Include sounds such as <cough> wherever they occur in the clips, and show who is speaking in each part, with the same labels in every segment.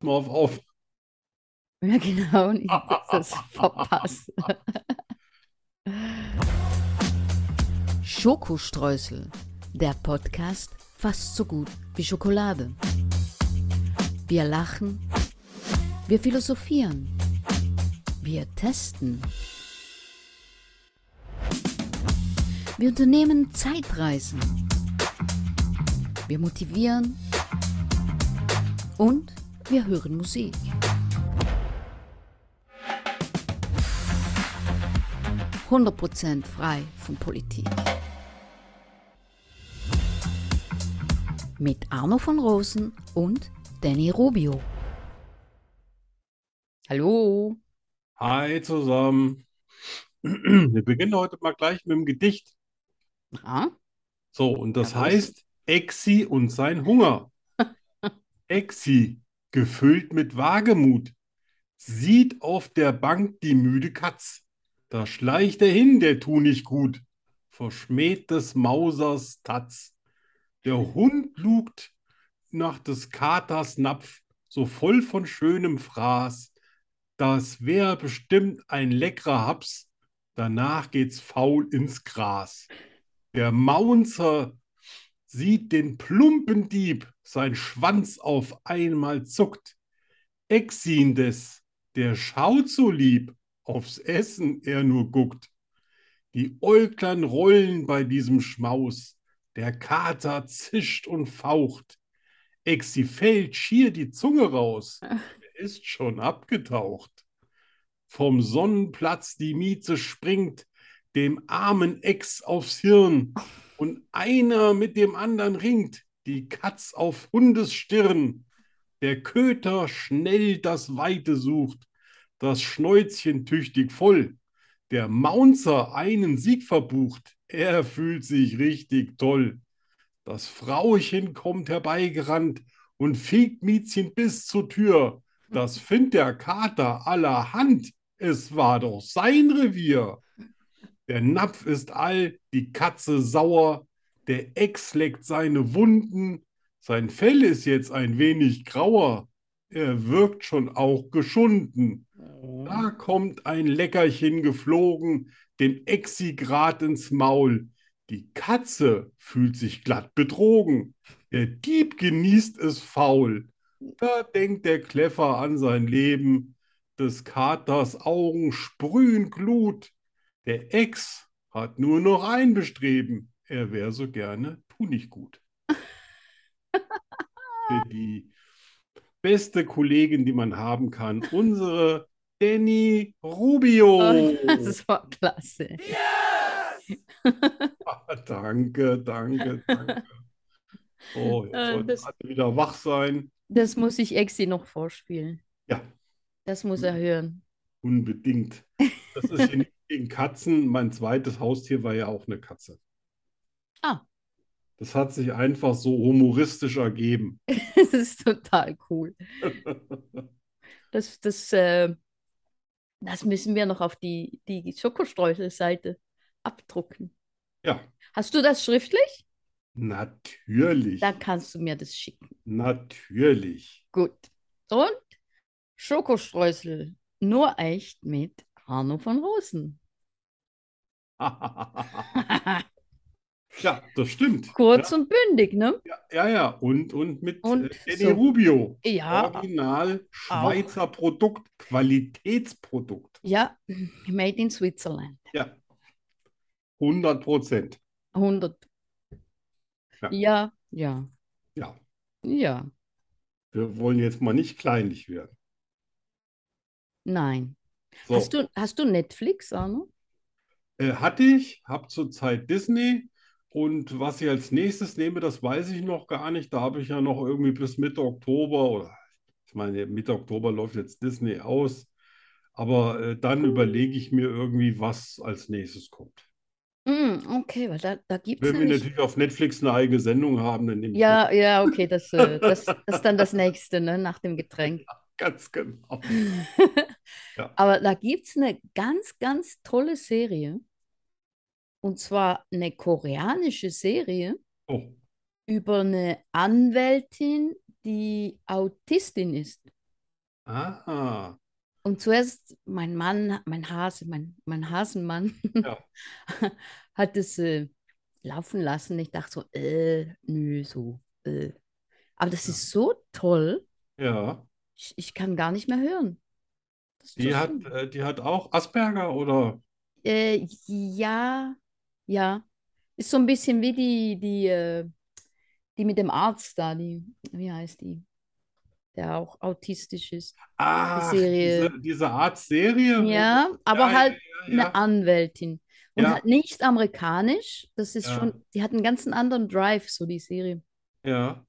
Speaker 1: Mal auf, auf.
Speaker 2: Ja, genau. <laughs> Und das ist verpasst. Schokostreusel, der Podcast fast so gut wie Schokolade. Wir lachen, wir philosophieren, wir testen. Wir unternehmen Zeitreisen. Wir motivieren und wir hören Musik. Hundert Prozent frei von Politik. Mit Arno von Rosen und Danny Rubio. Hallo.
Speaker 1: Hi zusammen. Wir beginnen heute mal gleich mit dem Gedicht.
Speaker 2: Ah,
Speaker 1: So, und das
Speaker 2: Ja, los.
Speaker 1: heißt Exi und sein Hunger. Exi, gefüllt mit Wagemut, sieht auf der Bank die müde Katz. Da schleicht er hin, der tu nicht gut, verschmäht des Mausers Tatz. Der Hund lugt nach des Katers Napf, so voll von schönem Fraß. Das wär bestimmt ein leckerer Haps, danach geht's faul ins Gras. Der Maunzer sieht den plumpen Dieb, sein Schwanz auf einmal zuckt. Exindes, der schaut so lieb, aufs Essen er nur guckt. Die Äuglein rollen bei diesem Schmaus, der Kater zischt und faucht. Exi fällt schier die Zunge raus, er ist schon abgetaucht. Vom Sonnenplatz die Mieze springt, dem armen Ex aufs Hirn und einer mit dem anderen ringt, die Katz auf Hundes Stirn. Der Köter schnell das Weite sucht, das Schnäuzchen tüchtig voll. Der Maunzer einen Sieg verbucht, er fühlt sich richtig toll. Das Frauchen kommt herbeigerannt und fegt Miezchen bis zur Tür. Das findet der Kater allerhand, es war doch sein Revier. Der Napf ist all, die Katze sauer, der Ex leckt seine Wunden, sein Fell ist jetzt ein wenig grauer, er wirkt schon auch geschunden. Da kommt ein Leckerchen geflogen, dem Exi grad ins Maul. Die Katze fühlt sich glatt betrogen, der Dieb genießt es faul. Da denkt der Kleffer an sein Leben, des Katers Augen sprühen Glut. Der Ex hat nur noch ein Bestreben. Er wäre so gerne tu nicht
Speaker 2: <laughs>
Speaker 1: gut. Für die beste Kollegin, die man haben kann, unsere Danny
Speaker 2: Oh,
Speaker 1: Rubio.
Speaker 2: <laughs> das war klasse.
Speaker 1: <laughs> Ah, danke, danke, danke. Oh, jetzt
Speaker 2: Äh,
Speaker 1: sollten
Speaker 2: das-
Speaker 1: alle wieder wach sein.
Speaker 2: Das muss ich Exi noch vorspielen.
Speaker 1: Ja.
Speaker 2: Das muss er hören. <laughs>
Speaker 1: Unbedingt. Das ist hier nicht gegen Katzen. Mein zweites Haustier war ja auch eine Katze.
Speaker 2: Ah.
Speaker 1: Das hat sich einfach so humoristisch ergeben.
Speaker 2: Das ist total cool. Das, das, äh, das müssen wir noch auf die, die Schokostreusel-Seite abdrucken.
Speaker 1: Ja,
Speaker 2: Hast du das schriftlich?
Speaker 1: natürlich.
Speaker 2: Dann kannst du mir das schicken.
Speaker 1: Natürlich. <laughs>
Speaker 2: Gut. Und Schokostreusel, nur echt mit Arno von Rosen. <laughs>
Speaker 1: Ja, das stimmt.
Speaker 2: Kurz und bündig, ne?
Speaker 1: Ja, ja, ja. Und, und mit äh,
Speaker 2: Und
Speaker 1: Danny
Speaker 2: so. Ah,
Speaker 1: Rubio.
Speaker 2: Ja,
Speaker 1: Original Schweizer Produkt, Qualitätsprodukt.
Speaker 2: ja, made in Switzerland.
Speaker 1: Ja. 100 Prozent.
Speaker 2: 100. Ja, ja,
Speaker 1: Ja.
Speaker 2: ja.
Speaker 1: Wir wollen jetzt mal nicht kleinlich werden.
Speaker 2: Nein.
Speaker 1: So,
Speaker 2: Hast du, hast du Netflix, Arno?
Speaker 1: äh, hatte ich, habe zurzeit Disney und was ich als nächstes nehme, das weiß ich noch gar nicht. Da habe ich ja noch irgendwie bis Mitte Oktober oder ich meine, Mitte Oktober läuft jetzt Disney aus, aber äh, dann überlege ich mir irgendwie, was als nächstes kommt.
Speaker 2: Hm, okay, weil da, da gibt es
Speaker 1: Wenn wir
Speaker 2: nämlich.
Speaker 1: natürlich auf Netflix eine eigene Sendung haben, dann nehme ich
Speaker 2: Ja, ja, okay, das, äh, das, das ist dann das nächste, ne, nach dem Getränk.
Speaker 1: das ganz genau. Ja.
Speaker 2: <laughs> Aber da gibt es eine ganz, ganz tolle Serie. Und zwar eine koreanische Serie
Speaker 1: Oh,
Speaker 2: über eine Anwältin, die Autistin ist.
Speaker 1: Aha.
Speaker 2: Und zuerst mein Mann, mein Hase, mein, mein Hasenmann
Speaker 1: Ja.
Speaker 2: <laughs> hat es äh, laufen lassen. Ich dachte so, äh, nö, so, äh. Aber das
Speaker 1: Ja.
Speaker 2: ist so toll,
Speaker 1: Ja.
Speaker 2: ich, ich kann gar nicht mehr hören. Das ist so
Speaker 1: Die hat,
Speaker 2: schön.
Speaker 1: äh, die hat auch Asperger oder?
Speaker 2: Äh, ja, ja. Ist so ein bisschen wie die, die, äh, die mit dem Arzt da, die, wie heißt die, der auch autistisch ist, die
Speaker 1: Ach, diese,
Speaker 2: Serie.
Speaker 1: diese Art-Serie, wo.
Speaker 2: Ja,
Speaker 1: Ja,
Speaker 2: aber
Speaker 1: ja,
Speaker 2: halt
Speaker 1: ja,
Speaker 2: eine
Speaker 1: ja.
Speaker 2: Anwältin und
Speaker 1: Ja,
Speaker 2: halt nicht amerikanisch. Das ist
Speaker 1: ja,
Speaker 2: schon, die hat einen ganzen anderen Drive, so die Serie.
Speaker 1: ja.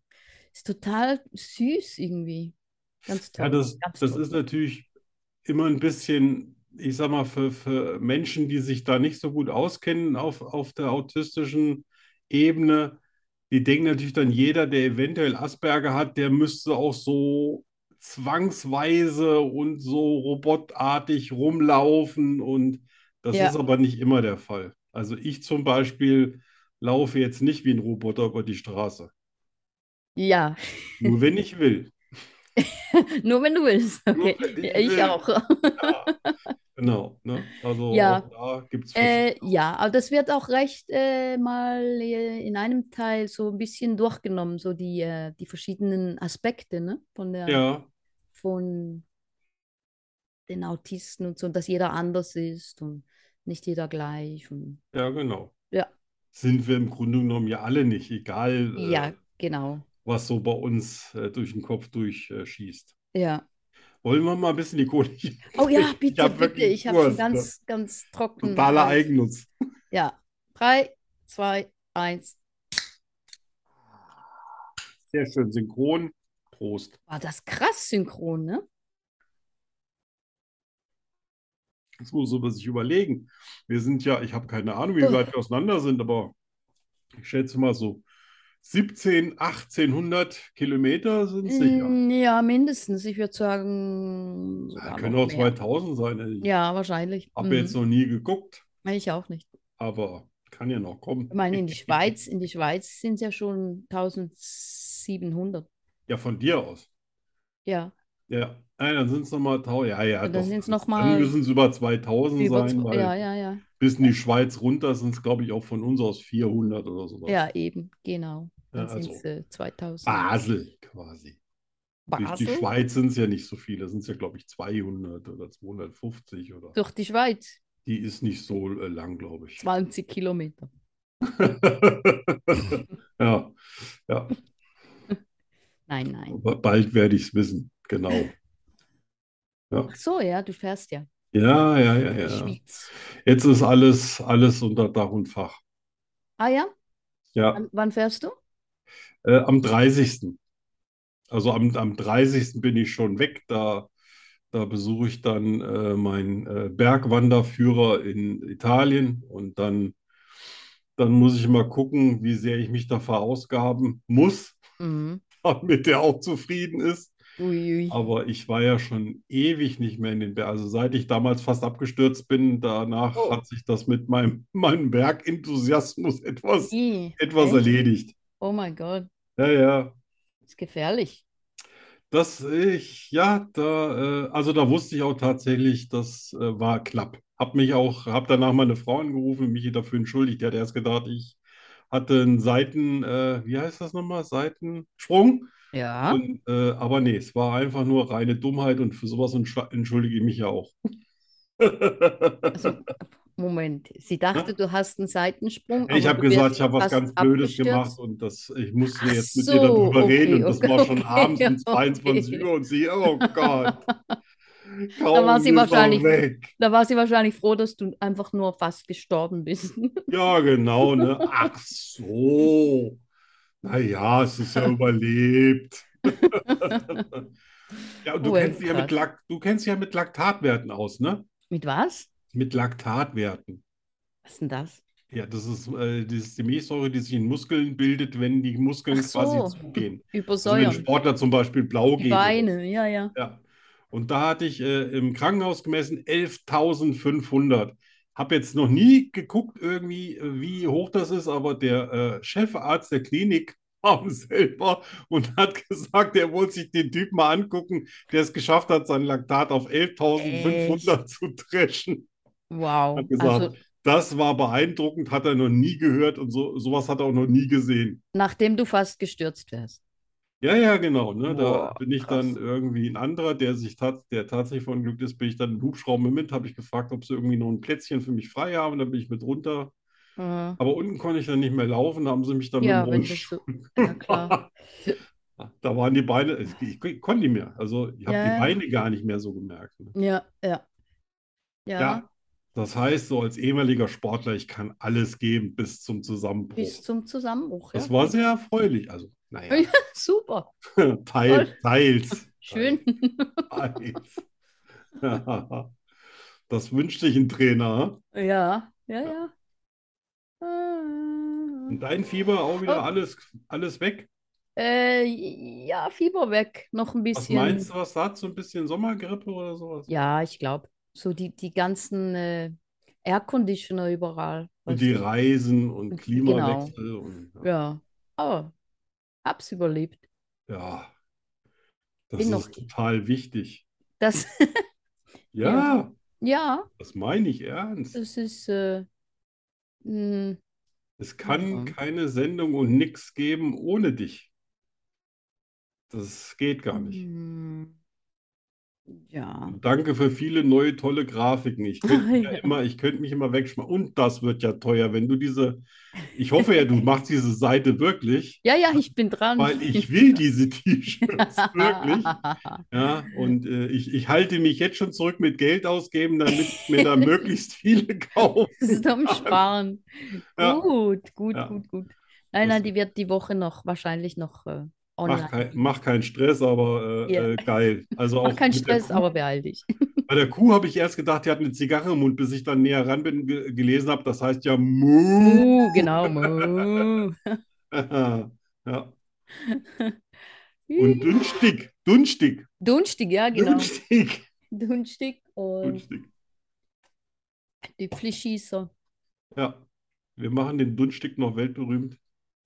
Speaker 2: Ist total süß irgendwie. Ganz
Speaker 1: Ja,
Speaker 2: toll,
Speaker 1: das,
Speaker 2: ganz
Speaker 1: das
Speaker 2: toll.
Speaker 1: ist natürlich immer ein bisschen, ich sag mal, für, für Menschen, die sich da nicht so gut auskennen auf, auf der autistischen Ebene, die denken natürlich dann, jeder, der eventuell Asperger hat, der müsste auch so zwangsweise und so robotartig rumlaufen. Und das ist
Speaker 2: Ja,
Speaker 1: aber nicht immer der Fall. Also ich zum Beispiel laufe jetzt nicht wie ein Roboter über die Straße.
Speaker 2: ja. <laughs>
Speaker 1: Nur wenn ich will.
Speaker 2: Nur wenn du willst.
Speaker 1: Nur
Speaker 2: Okay,
Speaker 1: wenn
Speaker 2: ja,
Speaker 1: ich
Speaker 2: ich
Speaker 1: will.
Speaker 2: auch.
Speaker 1: Ja. Genau, ne? Also
Speaker 2: Ja,
Speaker 1: auch da gibt es verschiedene.
Speaker 2: äh, ja, aber das wird auch recht äh, mal äh, in einem Teil so ein bisschen durchgenommen, so die, äh, die verschiedenen Aspekte, ne? Von der,
Speaker 1: Ja,
Speaker 2: von den Autisten und so, und dass jeder anders ist und nicht jeder gleich und
Speaker 1: ja, genau.
Speaker 2: ja,
Speaker 1: Sind wir im Grunde genommen ja alle nicht, egal äh,
Speaker 2: ja, genau,
Speaker 1: was so bei uns äh, durch den Kopf durchschießt.
Speaker 2: ja.
Speaker 1: Wollen wir mal ein bisschen die
Speaker 2: <laughs>
Speaker 1: Kohle? Ich,
Speaker 2: Oh ja,
Speaker 1: ich
Speaker 2: bitte,
Speaker 1: habe
Speaker 2: bitte,
Speaker 1: wirklich
Speaker 2: ich habe schon
Speaker 1: Durst, ne?
Speaker 2: ganz, ganz trockenen
Speaker 1: Totaler
Speaker 2: Hals.
Speaker 1: Eigennutz.
Speaker 2: Ja, drei, zwei, eins.
Speaker 1: Sehr schön, synchron. Prost.
Speaker 2: War das krass synchron, ne?
Speaker 1: Das muss man sich überlegen. Wir sind ja, ich habe keine Ahnung, wie
Speaker 2: Oh,
Speaker 1: weit wir auseinander sind, aber ich schätze mal so 17, 1800 Kilometer sind sicher.
Speaker 2: Mm, Ja, mindestens. Ich würde sagen,
Speaker 1: Ja,
Speaker 2: sogar
Speaker 1: können
Speaker 2: noch
Speaker 1: auch
Speaker 2: mehr.
Speaker 1: 2000 sein. Ich
Speaker 2: Ja, wahrscheinlich.
Speaker 1: habe jetzt
Speaker 2: Mhm.
Speaker 1: noch nie geguckt,
Speaker 2: Ich auch nicht.
Speaker 1: aber kann ja noch
Speaker 2: Ich
Speaker 1: kommen. <laughs>
Speaker 2: meine, in die Schweiz, in die Schweiz sind es ja schon 1700.
Speaker 1: Ja, von dir aus.
Speaker 2: Ja,
Speaker 1: Ja, nein, dann sind es nochmal 1000. Ja, ja,
Speaker 2: und dann
Speaker 1: doch.
Speaker 2: sind
Speaker 1: das-
Speaker 2: es
Speaker 1: Dann
Speaker 2: nochmal
Speaker 1: müssen es über 2000
Speaker 2: über
Speaker 1: sein,
Speaker 2: zwei.
Speaker 1: weil
Speaker 2: Ja, ja, ja.
Speaker 1: bis in die Schweiz runter sind es, glaube ich, auch von uns aus 400 oder sowas.
Speaker 2: Ja, eben, genau.
Speaker 1: Ja,
Speaker 2: Dann sind es
Speaker 1: also
Speaker 2: äh, 2000.
Speaker 1: Basel quasi. Durch die
Speaker 2: Basel?
Speaker 1: Schweiz sind es ja nicht so viele. Das sind ja, glaube ich, 200 oder 250 oder.
Speaker 2: Durch die Schweiz?
Speaker 1: Die ist nicht so äh, lang, glaube ich.
Speaker 2: 20 Kilometer.
Speaker 1: <laughs> Ja, ja.
Speaker 2: Nein, nein.
Speaker 1: B- Bald werde ich es wissen. Genau. Ja.
Speaker 2: Ach so, ja, du fährst ja.
Speaker 1: Ja, ja, ja,
Speaker 2: In die
Speaker 1: ja.
Speaker 2: Schweiz.
Speaker 1: Jetzt ist alles, alles unter Dach und Fach.
Speaker 2: Ah ja?
Speaker 1: Ja,
Speaker 2: Wann, wann fährst du?
Speaker 1: äh, am 30. Also am, am 30. bin ich schon weg. Da, da besuche ich dann äh, meinen äh, Bergwanderführer in Italien und dann, dann muss ich mal gucken, wie sehr ich mich da verausgaben muss, <laughs>
Speaker 2: Mhm.
Speaker 1: damit der auch zufrieden ist.
Speaker 2: Uiui.
Speaker 1: Aber ich war ja schon ewig nicht mehr in den Bergen. Also seit ich damals fast abgestürzt bin, danach
Speaker 2: Oh.
Speaker 1: hat sich das mit meinem, meinem Bergenthusiasmus etwas,
Speaker 2: Ih,
Speaker 1: etwas
Speaker 2: echt?
Speaker 1: erledigt.
Speaker 2: Oh mein Gott,
Speaker 1: Ja, ja.
Speaker 2: ist gefährlich.
Speaker 1: Das ich, ja, da, äh, also da wusste ich auch tatsächlich, das äh, war knapp. Hab mich auch, hab danach meine Frau angerufen, mich dafür entschuldigt. Die hat erst gedacht, ich hatte einen Seiten, äh, wie heißt das nochmal? Seitensprung.
Speaker 2: Ja.
Speaker 1: Und, äh, aber nee, es war einfach nur reine Dummheit und für sowas entsch- entschuldige ich mich ja auch. <laughs>
Speaker 2: Also, Moment, sie
Speaker 1: Ne?
Speaker 2: dachte, du hast einen Seitensprung,
Speaker 1: Ich
Speaker 2: aber
Speaker 1: habe
Speaker 2: du wirst
Speaker 1: gesagt, ich habe was
Speaker 2: fast
Speaker 1: ganz Blödes gemacht
Speaker 2: abgestürzt.
Speaker 1: und das, ich musste
Speaker 2: Ach
Speaker 1: jetzt mit dir
Speaker 2: so,
Speaker 1: darüber reden
Speaker 2: okay,
Speaker 1: und das
Speaker 2: okay,
Speaker 1: war schon abends
Speaker 2: okay,
Speaker 1: um 22
Speaker 2: okay.
Speaker 1: Uhr und sie, oh Gott,
Speaker 2: <laughs> Da war
Speaker 1: kaum
Speaker 2: sie
Speaker 1: ist er
Speaker 2: wahrscheinlich,
Speaker 1: weg.
Speaker 2: da war sie wahrscheinlich froh, dass du einfach nur fast gestorben bist. <laughs>
Speaker 1: Ja, genau, ne? Ach so. Naja, es ist ja überlebt. <laughs> Ja, und du
Speaker 2: Well,
Speaker 1: kennst dich ja mit
Speaker 2: Oh, krass.
Speaker 1: Lak du kennst dich ja mit Laktatwerten aus, ne?
Speaker 2: Mit was?
Speaker 1: Mit Laktatwerten.
Speaker 2: Was ist denn das?
Speaker 1: Ja, das ist, äh, das ist die Milchsäure, die sich in Muskeln bildet, wenn die
Speaker 2: Ach
Speaker 1: Muskeln quasi
Speaker 2: so,
Speaker 1: zugehen. Also wenn
Speaker 2: übersäuern.
Speaker 1: Sportler zum Beispiel blau
Speaker 2: Die
Speaker 1: geht oder so.
Speaker 2: Beine, ja, ja.
Speaker 1: Ja. Und da hatte ich äh, im Krankenhaus gemessen 11.500. Habe jetzt noch nie geguckt, irgendwie, äh, wie hoch das ist, aber der äh, Chefarzt der Klinik <laughs> Arm selber und hat gesagt, er wollte sich den Typ mal angucken, der es geschafft hat, sein Laktat auf 11.500 zu dreschen.
Speaker 2: Wow.
Speaker 1: Hat gesagt,
Speaker 2: Also
Speaker 1: das war beeindruckend, hat er noch nie gehört und so, sowas hat er auch noch nie gesehen.
Speaker 2: nachdem du fast gestürzt wärst.
Speaker 1: Ja, ja, genau. Ne? Da
Speaker 2: Boah,
Speaker 1: bin ich
Speaker 2: krass.
Speaker 1: dann irgendwie ein anderer, der sich tat, der tatsächlich von Glück ist, bin ich dann im Hubschrauber mit, habe ich gefragt, ob sie irgendwie noch ein Plätzchen für mich frei haben, dann bin ich mit runter.
Speaker 2: Mhm.
Speaker 1: Aber unten konnte ich dann nicht mehr laufen, da haben sie mich dann mit dem
Speaker 2: Ja, wenn das so.
Speaker 1: Rollstuhl
Speaker 2: <laughs>
Speaker 1: <laughs>
Speaker 2: Ja, klar.
Speaker 1: Da waren die Beine, ich, ich, konnte nicht mehr. Also ich habe die
Speaker 2: Ja,
Speaker 1: Beine gar nicht mehr so gemerkt. Ne?
Speaker 2: ja, ja,
Speaker 1: Ja,
Speaker 2: ja.
Speaker 1: das heißt, so als ehemaliger Sportler, ich kann alles geben bis zum
Speaker 2: Bis
Speaker 1: Zusammenbruch.
Speaker 2: zum Zusammenbruch,
Speaker 1: Das
Speaker 2: ja.
Speaker 1: war sehr erfreulich. Also, naja,
Speaker 2: Ja, <laughs> super, toll,
Speaker 1: <laughs> teils, teils,
Speaker 2: schön.
Speaker 1: teils, teils. <laughs> Das wünscht sich ein Trainer.
Speaker 2: <laughs>
Speaker 1: hm?
Speaker 2: Ja, ja,
Speaker 1: Ja.
Speaker 2: ja. Ah.
Speaker 1: Und dein Fieber auch wieder
Speaker 2: Oh,
Speaker 1: alles, alles weg.
Speaker 2: äh, ja, Fieber weg, noch ein
Speaker 1: Was meinst
Speaker 2: bisschen.
Speaker 1: du, was da hat so ein bisschen Sommergrippe oder sowas?
Speaker 2: Ja, ich glaube, so die, die ganzen äh, Airconditioner überall,
Speaker 1: Und
Speaker 2: weißt
Speaker 1: die
Speaker 2: du?
Speaker 1: Reisen und
Speaker 2: Genau,
Speaker 1: Klimawechsel und ja,
Speaker 2: ja. Aber hab's überlebt.
Speaker 1: ja, das
Speaker 2: Bin noch,
Speaker 1: ist total wichtig.
Speaker 2: das, <laughs> ja,
Speaker 1: Ja,
Speaker 2: ja,
Speaker 1: das meine ich ernst.
Speaker 2: das ist, äh, hm, mh,
Speaker 1: Es kann
Speaker 2: ja.
Speaker 1: keine Sendung und nichts geben ohne dich. Das geht gar nicht.
Speaker 2: Hm, ja.
Speaker 1: Und danke für viele neue tolle Grafiken.
Speaker 2: <laughs>
Speaker 1: Ich könnte mich ja immer, ich könnte mich immer wegschmeißen. Und das wird ja teuer, wenn du diese, ich hoffe ja, du machst diese Seite wirklich,
Speaker 2: Ja, ja, ich bin dran.
Speaker 1: weil ich will diese
Speaker 2: <laughs>
Speaker 1: T-Shirts wirklich. Ja, und äh, ich, ich halte mich jetzt schon zurück mit Geld ausgeben, damit ich mir da möglichst
Speaker 2: <laughs>
Speaker 1: viele kaufen <laughs>
Speaker 2: Zum
Speaker 1: kann.
Speaker 2: Sparen.
Speaker 1: Ja,
Speaker 2: Gut, gut,
Speaker 1: ja.
Speaker 2: gut, gut. Nein,
Speaker 1: Das
Speaker 2: nein, die wird die Woche noch wahrscheinlich noch äh,
Speaker 1: mach
Speaker 2: online
Speaker 1: kein,
Speaker 2: gehen.
Speaker 1: mach keinen Stress, aber
Speaker 2: Ja.
Speaker 1: äh, äh, geil. Also
Speaker 2: Mach
Speaker 1: auch
Speaker 2: keinen
Speaker 1: mit der
Speaker 2: Stress,
Speaker 1: Kuh.
Speaker 2: aber beeil dich.
Speaker 1: Bei der Kuh habe ich erst gedacht, die hat eine Zigarre im Mund, bis ich dann näher ran bin, ge gelesen habe. Das heißt ja Mu.
Speaker 2: Mu, genau, mu.
Speaker 1: <laughs> Ja. Und dunstig, dunstig,
Speaker 2: Dunstig, ja, genau.
Speaker 1: dunstig,
Speaker 2: <laughs> Dunstig und
Speaker 1: dunstig.
Speaker 2: die Flischießer.
Speaker 1: Ja, wir machen den Dunstig noch
Speaker 2: <laughs>
Speaker 1: weltberühmt.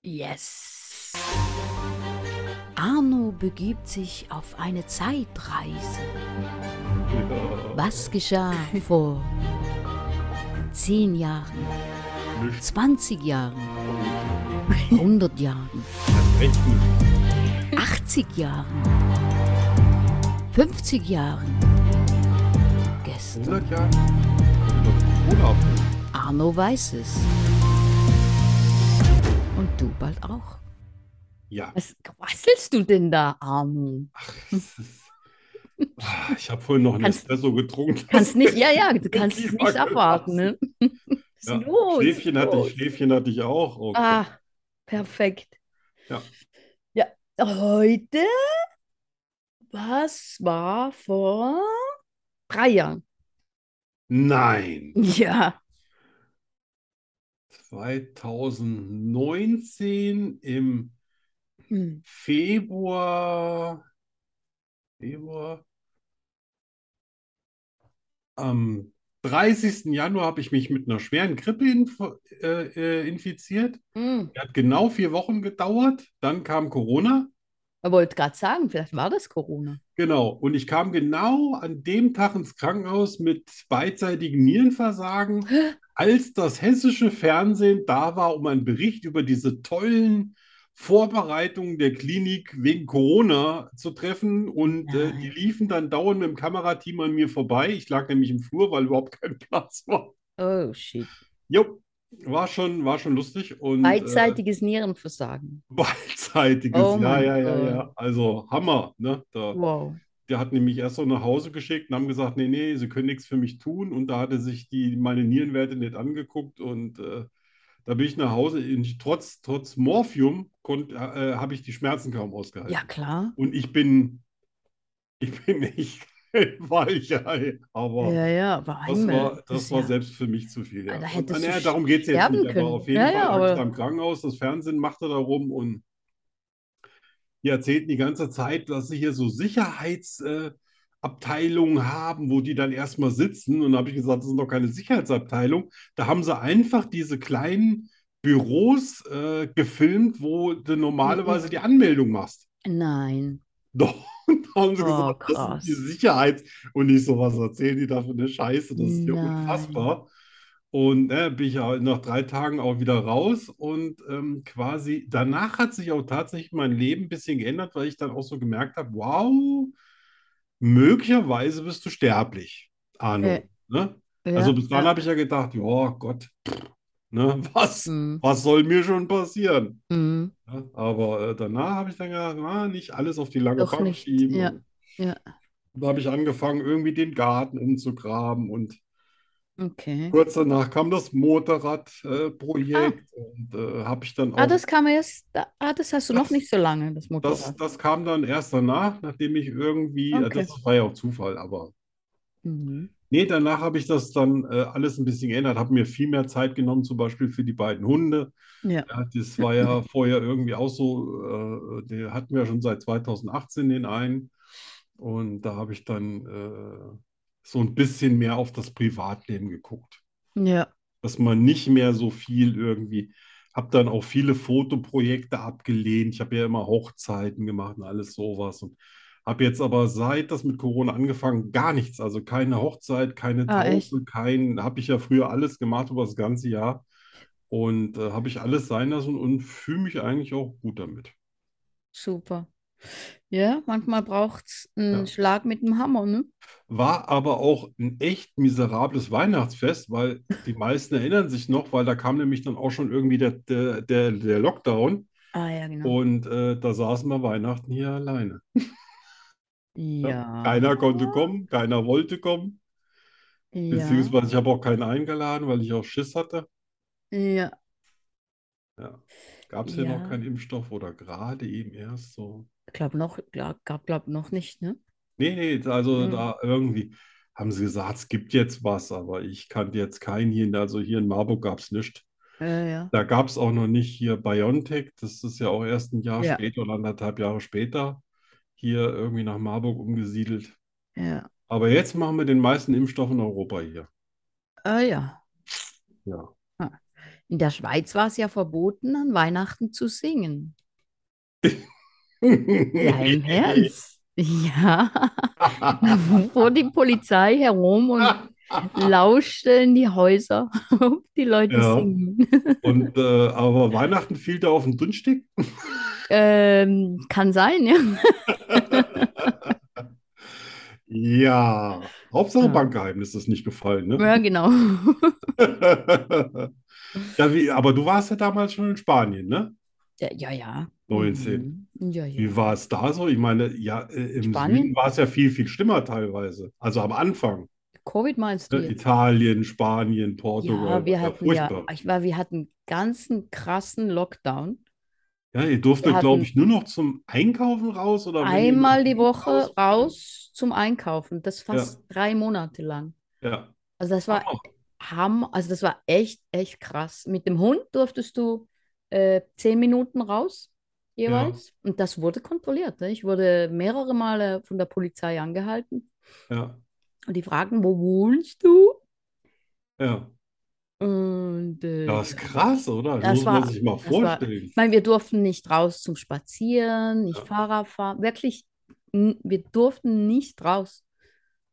Speaker 2: Yes.
Speaker 3: Arno begibt sich auf eine Zeitreise.
Speaker 1: Ja,
Speaker 3: Was
Speaker 1: <laughs>
Speaker 3: geschah vor 10 Jahren,
Speaker 1: nicht.
Speaker 3: 20 Jahren, 100
Speaker 1: <laughs>
Speaker 3: Jahren,
Speaker 1: Erst recht nicht.
Speaker 3: 80 Jahren, 50 Jahren? Gestern.
Speaker 1: 100 Jahre? Olaf.
Speaker 3: Arno weiß es. Und du bald auch.
Speaker 2: <laughs>
Speaker 1: Ja.
Speaker 2: Was quasselst du denn da, Arno?
Speaker 1: Ach, es ist- Ah, ich habe vorhin noch einen
Speaker 2: Kannst,
Speaker 1: Espresso getrunken. Das
Speaker 2: kannst nicht, ja, ja, du
Speaker 1: mit
Speaker 2: kannst es
Speaker 1: Klima
Speaker 2: nicht abwarten,
Speaker 1: gelassen. <laughs>
Speaker 2: ne? Was ist
Speaker 1: Ja,
Speaker 2: los?
Speaker 1: <laughs> Schläfchen hatte ich,
Speaker 2: Los.
Speaker 1: Schläfchen hatte ich auch. Oh Gott.
Speaker 2: Oh. Ah, perfekt.
Speaker 1: Ja.
Speaker 2: Ja, heute, was war vor drei Jahren? <laughs>
Speaker 1: Nein.
Speaker 2: Ja,
Speaker 1: 2019 im
Speaker 2: Hm.
Speaker 1: Februar, Februar, am 30. Januar habe ich mich mit einer schweren Grippe inf- äh, äh, infiziert.
Speaker 2: Hm.
Speaker 1: Die hat genau vier Wochen gedauert. Dann kam Corona.
Speaker 2: Ich wollte gerade sagen, vielleicht war das Corona.
Speaker 1: Genau. Und ich kam genau an dem Tag ins Krankenhaus mit beidseitigem Nierenversagen, als das hessische Fernsehen da war, um einen Bericht über diese tollen Vorbereitungen der Klinik wegen Corona zu treffen. Und äh, die
Speaker 2: Nein.
Speaker 1: liefen dann dauernd mit dem Kamerateam an mir vorbei. Ich lag nämlich im Flur, weil überhaupt kein <laughs> Platz war.
Speaker 2: Oh, shit.
Speaker 1: Jo, war schon, war schon lustig und äh,
Speaker 2: Beidseitiges Nierenversagen.
Speaker 1: beidseitiges.
Speaker 2: Oh
Speaker 1: Ja,
Speaker 2: mein
Speaker 1: ja, ja,
Speaker 2: Gott.
Speaker 1: ja. Also Hammer, ne? Da.
Speaker 2: Wow.
Speaker 1: Der hat nämlich erst noch nach Hause geschickt und haben gesagt, nee, nee, sie können nichts für mich tun. Und da hatte sich die, meine Nierenwerte nicht angeguckt. Und äh, da bin ich nach Hause. In, trotz, trotz Morphium konnt- äh, habe ich die Schmerzen kaum
Speaker 2: Ja,
Speaker 1: ausgehalten.
Speaker 2: klar.
Speaker 1: Und ich bin, ich bin <laughs> echt kein Weichei. Aber
Speaker 2: Ja, ja, aber
Speaker 1: oh. das
Speaker 2: Himmel,
Speaker 1: war,
Speaker 2: das ist
Speaker 1: das war
Speaker 2: ja,
Speaker 1: selbst für mich zu viel,
Speaker 2: ah,
Speaker 1: ja.
Speaker 2: da
Speaker 1: Und ah,
Speaker 2: hättest du
Speaker 1: naja,
Speaker 2: sch-
Speaker 1: darum geht es jetzt
Speaker 2: sterben
Speaker 1: nicht. Aber
Speaker 2: können.
Speaker 1: auf jeden
Speaker 2: Ja,
Speaker 1: Fall
Speaker 2: ja,
Speaker 1: lag ich da
Speaker 2: aber
Speaker 1: im Krankenhaus. Das Fernsehen machte da rum und die erzählten die ganze Zeit, dass sie hier so Sicherheitsabteilungen äh, Abteilungen haben, wo die dann erstmal sitzen. Und da habe ich gesagt, das sind doch keine Sicherheitsabteilung. Da haben sie einfach diese kleinen Büros äh, gefilmt, wo
Speaker 2: Mhm.
Speaker 1: du normalerweise die Anmeldung machst.
Speaker 2: Nein.
Speaker 1: <laughs> Doch, und da haben sie
Speaker 2: Oh,
Speaker 1: gesagt, das
Speaker 2: krass.
Speaker 1: ist die Sicherheit. Und ich so, was erzählen die da für eine Scheiße? Das ist ja
Speaker 2: Nein.
Speaker 1: unfassbar. Und ne, bin ich ja nach drei Tagen auch wieder raus. Und ähm, quasi danach hat sich auch tatsächlich mein Leben ein bisschen geändert, weil ich dann auch so gemerkt habe, wow, möglicherweise bist du sterblich, Arno.
Speaker 2: Äh,
Speaker 1: Ne?
Speaker 2: Ja,
Speaker 1: Also bis dann
Speaker 2: ja.
Speaker 1: habe ich ja gedacht, ja Gott, pff, ne, <laughs> was,
Speaker 2: Mhm.
Speaker 1: was soll mir schon passieren?
Speaker 2: Mhm.
Speaker 1: Ja, aber äh, danach habe ich dann gedacht, na, nicht alles auf die lange
Speaker 2: Doch
Speaker 1: Bank
Speaker 2: nicht,
Speaker 1: schieben.
Speaker 2: ja,
Speaker 1: Und
Speaker 2: ja.
Speaker 1: Da habe ich angefangen, irgendwie den Garten umzugraben. Und
Speaker 2: Okay.
Speaker 1: kurz danach kam das Motorradprojekt. und äh, habe ich dann
Speaker 2: Ah,
Speaker 1: auch,
Speaker 2: das kam erst, da- ah, das hast du noch
Speaker 1: Das-
Speaker 2: nicht so lange, das
Speaker 1: das,
Speaker 2: Motorrad.
Speaker 1: das kam dann erst danach, nachdem ich irgendwie, äh,
Speaker 2: Okay.
Speaker 1: das war ja auch Zufall, aber
Speaker 2: Mhm.
Speaker 1: nee, danach habe ich das dann äh, alles ein bisschen geändert, habe mir viel mehr Zeit genommen, zum Beispiel für die beiden Hunde.
Speaker 2: Ja.
Speaker 1: Ja, das war ja vorher irgendwie auch so, äh, den hatten wir schon seit 2018 den einen. Und da habe ich dann äh, so ein bisschen mehr auf das Privatleben geguckt.
Speaker 2: Ja.
Speaker 1: Dass man nicht mehr so viel irgendwie, habe dann auch viele Fotoprojekte abgelehnt. Ich habe ja immer Hochzeiten gemacht und alles sowas. Und habe jetzt aber seit das mit Corona angefangen, gar nichts. Also keine Hochzeit, keine
Speaker 2: Ah, echt?
Speaker 1: Taufe, kein, habe ich ja früher alles gemacht über das ganze Jahr. Und äh, habe ich alles sein lassen und fühle mich eigentlich auch gut damit.
Speaker 2: Super. Ja, manchmal braucht es einen
Speaker 1: Ja.
Speaker 2: Schlag mit dem Hammer, ne?
Speaker 1: War aber auch ein echt miserables Weihnachtsfest, weil die meisten erinnern sich noch, weil da kam nämlich dann auch schon irgendwie der, der, der, der Lockdown
Speaker 2: Ah, ja, genau.
Speaker 1: und äh, da saßen wir Weihnachten hier alleine. Ja.
Speaker 2: Ja.
Speaker 1: Keiner konnte kommen, keiner wollte kommen,
Speaker 2: Ja.
Speaker 1: beziehungsweise ich habe auch keinen eingeladen, weil ich auch Schiss hatte.
Speaker 2: Ja.
Speaker 1: Ja. Gab es ja noch
Speaker 2: Ja.
Speaker 1: keinen Impfstoff oder gerade eben erst so.
Speaker 2: Ich glaube noch, glaub, gab, glaub noch nicht, ne?
Speaker 1: Nee, nee, also
Speaker 2: Mhm.
Speaker 1: da irgendwie haben sie gesagt, es gibt jetzt was, aber ich kannte jetzt keinen hier, also hier in Marburg gab es nichts.
Speaker 2: Ja, ja.
Speaker 1: Da gab es auch noch nicht hier BioNTech. Das ist ja auch erst ein Jahr
Speaker 2: Ja.
Speaker 1: später oder anderthalb Jahre später hier irgendwie nach Marburg umgesiedelt.
Speaker 2: Ja.
Speaker 1: Aber jetzt machen wir den meisten Impfstoff in Europa hier.
Speaker 2: Ah, ja. Ah.
Speaker 1: Ja.
Speaker 2: In der Schweiz war es ja verboten, an Weihnachten zu singen. Ja, im Ernst. <laughs> Ja. Da fuhr die Polizei herum und lauschte in die Häuser, <laughs> ob die Leute
Speaker 1: Ja.
Speaker 2: singen.
Speaker 1: <laughs> Und äh, aber Weihnachten fiel da auf den Dünnstick.
Speaker 2: Ähm, kann sein, ja.
Speaker 1: Ja. Hauptsache
Speaker 2: Ja.
Speaker 1: Bankgeheimnis ist nicht gefallen, ne?
Speaker 2: Ah. Ja, genau.
Speaker 1: <laughs> Ja, wie, aber du warst ja damals schon in Spanien, ne?
Speaker 2: Ja, ja. ja.
Speaker 1: 19.
Speaker 2: Mhm. Ja,
Speaker 1: Wie
Speaker 2: ja.
Speaker 1: war es da so? Ich meine, ja, äh, im
Speaker 2: Spanien?
Speaker 1: Süden war es ja viel, viel schlimmer teilweise. Also am Anfang.
Speaker 2: Covid meinst du
Speaker 1: Ne?
Speaker 2: jetzt?
Speaker 1: Italien, Spanien, Portugal, war
Speaker 2: Ja, wir
Speaker 1: ja
Speaker 2: hatten ja,
Speaker 1: furchtbar.
Speaker 2: ich war, wir hatten ganzen krassen Lockdown.
Speaker 1: Ja, ihr durftet,
Speaker 2: Wir
Speaker 1: glaube
Speaker 2: hatten-
Speaker 1: ich, nur noch zum Einkaufen raus oder wenn ihr
Speaker 2: Einmal
Speaker 1: mit
Speaker 2: die
Speaker 1: dem
Speaker 2: Woche
Speaker 1: Haus-
Speaker 2: raus zum Einkaufen. Das fast drei Monate lang.
Speaker 1: Ja.
Speaker 2: Also das war
Speaker 1: Hammer.
Speaker 2: Hammer, also das war echt, echt krass. Mit dem Hund durftest du äh, zehn Minuten raus jeweils. Und das wurde kontrolliert. Ne? Ich wurde mehrere Male von der Polizei angehalten.
Speaker 1: Ja,
Speaker 2: Und die fragten, wo wohnst du?
Speaker 1: ja.
Speaker 2: Und äh,
Speaker 1: Das ist krass, oder? Das
Speaker 2: Das
Speaker 1: muss man
Speaker 2: war-
Speaker 1: sich mal
Speaker 2: das war-
Speaker 1: vorstellen.
Speaker 2: Ich meine, wir durften nicht raus zum Spazieren, nicht
Speaker 1: Ja.
Speaker 2: Fahrrad fahren. Wirklich, n- wir durften nicht raus.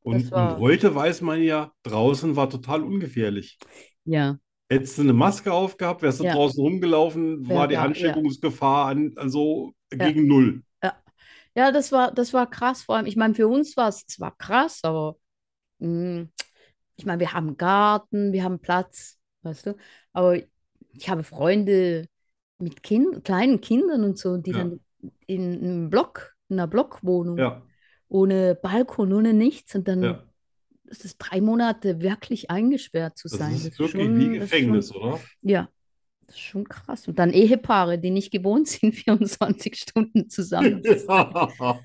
Speaker 1: Und,
Speaker 2: das
Speaker 1: und
Speaker 2: war-
Speaker 1: heute weiß man ja, draußen war total ungefährlich.
Speaker 2: Ja,
Speaker 1: Hättest du eine Maske aufgehabt, wärst du
Speaker 2: Ja.
Speaker 1: draußen rumgelaufen,
Speaker 2: Ja,
Speaker 1: war die
Speaker 2: war- ja.
Speaker 1: Ansteckungsgefahr an, also gegen null.
Speaker 2: ja, das war, das war krass. Vor allem, ich meine, für uns war es zwar krass, aber mm, ich meine, wir haben Garten, wir haben Platz, weißt du. Aber ich habe Freunde mit kind, kleinen Kindern und so, die
Speaker 1: Ja.
Speaker 2: dann in einem Block, in einer Blockwohnung,
Speaker 1: Ja,
Speaker 2: ohne Balkon, ohne nichts und dann.
Speaker 1: ja.
Speaker 2: es ist drei Monate wirklich eingesperrt zu
Speaker 1: Das
Speaker 2: sein.
Speaker 1: ist
Speaker 2: ist
Speaker 1: wirklich
Speaker 2: schon-
Speaker 1: wie
Speaker 2: das ist
Speaker 1: Gefängnis,
Speaker 2: Schon, <laughs>
Speaker 1: oder?
Speaker 2: ja, das ist schon krass. Und dann Ehepaare, die nicht gewohnt <laughs> sind, 24 Stunden
Speaker 1: <laughs>
Speaker 2: zusammen zu sein.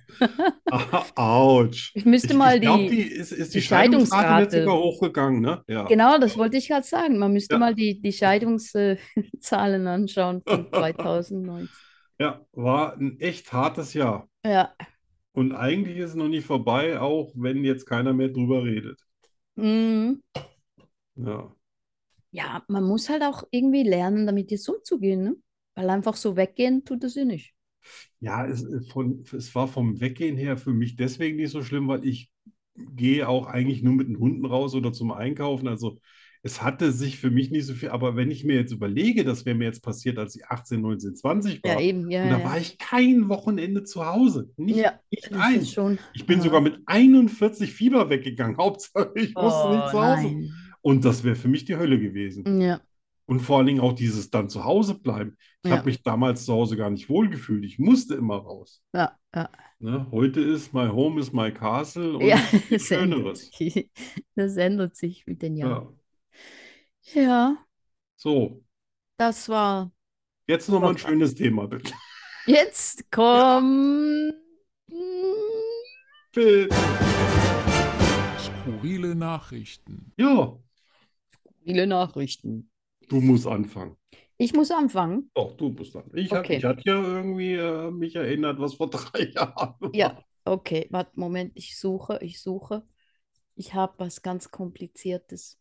Speaker 1: Autsch.
Speaker 2: Ich müsste mal
Speaker 1: Ah, ich glaube,
Speaker 2: die-
Speaker 1: die ist, ist die
Speaker 2: die
Speaker 1: Scheidungsrate jetzt
Speaker 2: Scheidungsrate-
Speaker 1: sogar hochgegangen, ne? Ja.
Speaker 2: Genau, das wollte ich gerade sagen. Man müsste
Speaker 1: Ja.
Speaker 2: mal die, die <laughs> Scheidungszahlen anschauen
Speaker 1: <laughs>
Speaker 2: von 2019.
Speaker 1: Ja, war ein echt hartes Jahr.
Speaker 2: Ja,
Speaker 1: Und eigentlich ist es noch nicht vorbei, auch wenn jetzt keiner mehr drüber redet.
Speaker 2: mhm.
Speaker 1: Ja.
Speaker 2: Ja, man muss halt auch irgendwie lernen, damit jetzt umzugehen, ne? Weil einfach so weggehen tut das ja nicht.
Speaker 1: Ja, es, äh, von, es war vom Weggehen her für mich deswegen nicht so schlimm, weil ich gehe auch eigentlich nur mit den Hunden raus oder zum Einkaufen. Also es hatte sich für mich nicht so viel, aber wenn ich mir jetzt überlege, das wäre mir jetzt passiert, als ich 18, 19, 20
Speaker 2: Ja,
Speaker 1: war,
Speaker 2: eben, ja,
Speaker 1: und da
Speaker 2: ja.
Speaker 1: war ich kein Wochenende zu Hause. Nicht,
Speaker 2: Ja,
Speaker 1: nicht
Speaker 2: das
Speaker 1: eins.
Speaker 2: ist schon.
Speaker 1: Ich bin
Speaker 2: Ja.
Speaker 1: sogar mit 41 Fieber weggegangen. <laughs> Hauptsache, ich musste nicht
Speaker 2: Oh,
Speaker 1: zu Hause.
Speaker 2: nein.
Speaker 1: Und das wäre für mich die Hölle gewesen.
Speaker 2: Ja,
Speaker 1: Und vor allen Dingen auch dieses dann zu Hause bleiben. Ich
Speaker 2: Ja.
Speaker 1: habe mich damals zu Hause gar nicht wohlgefühlt. Ich musste immer raus.
Speaker 2: ja, ja.
Speaker 1: Ne? Heute ist my home is my castle und
Speaker 2: ja <laughs>
Speaker 1: es gibt nichts
Speaker 2: das, ändert
Speaker 1: Schöneres.
Speaker 2: sich. <laughs> das ändert sich mit den Jahren.
Speaker 1: Ja.
Speaker 2: Ja,
Speaker 1: So,
Speaker 2: das war.
Speaker 1: jetzt nochmal ein
Speaker 2: Doch.
Speaker 1: schönes Thema, bitte. <laughs>
Speaker 2: Jetzt kommt. Mm,
Speaker 1: bitte.
Speaker 4: Skurrile Nachrichten.
Speaker 1: Ja,
Speaker 2: Viele Nachrichten.
Speaker 1: du musst anfangen.
Speaker 2: Ich muss anfangen.
Speaker 1: Doch, du musst anfangen. Ich, hab,
Speaker 2: Okay.
Speaker 1: ich hatte ja irgendwie äh, mich erinnert, was vor <laughs> drei Jahren war.
Speaker 2: Ja, okay. Warte, Moment. Ich suche, ich suche. Ich habe was ganz Kompliziertes.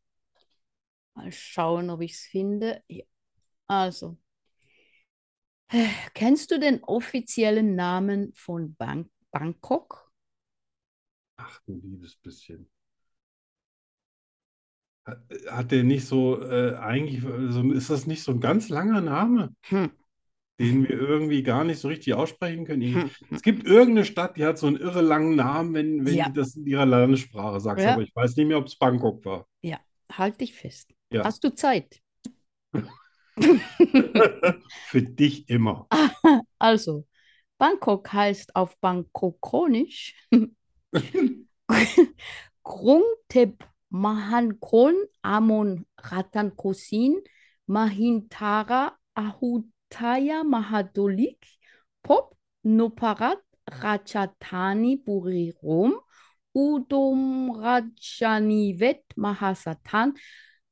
Speaker 2: Mal schauen, ob ich es finde. Ja. Also. <sighs> Kennst du den offiziellen Namen von Bang Bangkok?
Speaker 1: Ach, ein liebes bisschen. Hat, hat der nicht so, äh, eigentlich, so, ist das nicht so ein ganz langer Name,
Speaker 2: Hm.
Speaker 1: den wir irgendwie gar nicht so richtig aussprechen können? Ich,
Speaker 2: Hm.
Speaker 1: es gibt irgendeine Stadt, die hat so einen irre langen Namen, wenn, wenn
Speaker 2: Ja.
Speaker 1: du das in ihrer Landessprache sagst,
Speaker 2: Ja.
Speaker 1: aber ich weiß nicht mehr, ob es Bangkok
Speaker 2: <laughs>
Speaker 1: war.
Speaker 2: Halt dich fest.
Speaker 1: Ja.
Speaker 2: Hast du Zeit?
Speaker 1: Für dich immer.
Speaker 2: Also, Bangkok heißt auf Bangkokonisch Krung Thep Mahan Kon Amon Ratan Kosin Mahintara Ahutaya Mahadolik Pop Noparat Rajatani Burirom Udom Rajanivet Mahasatan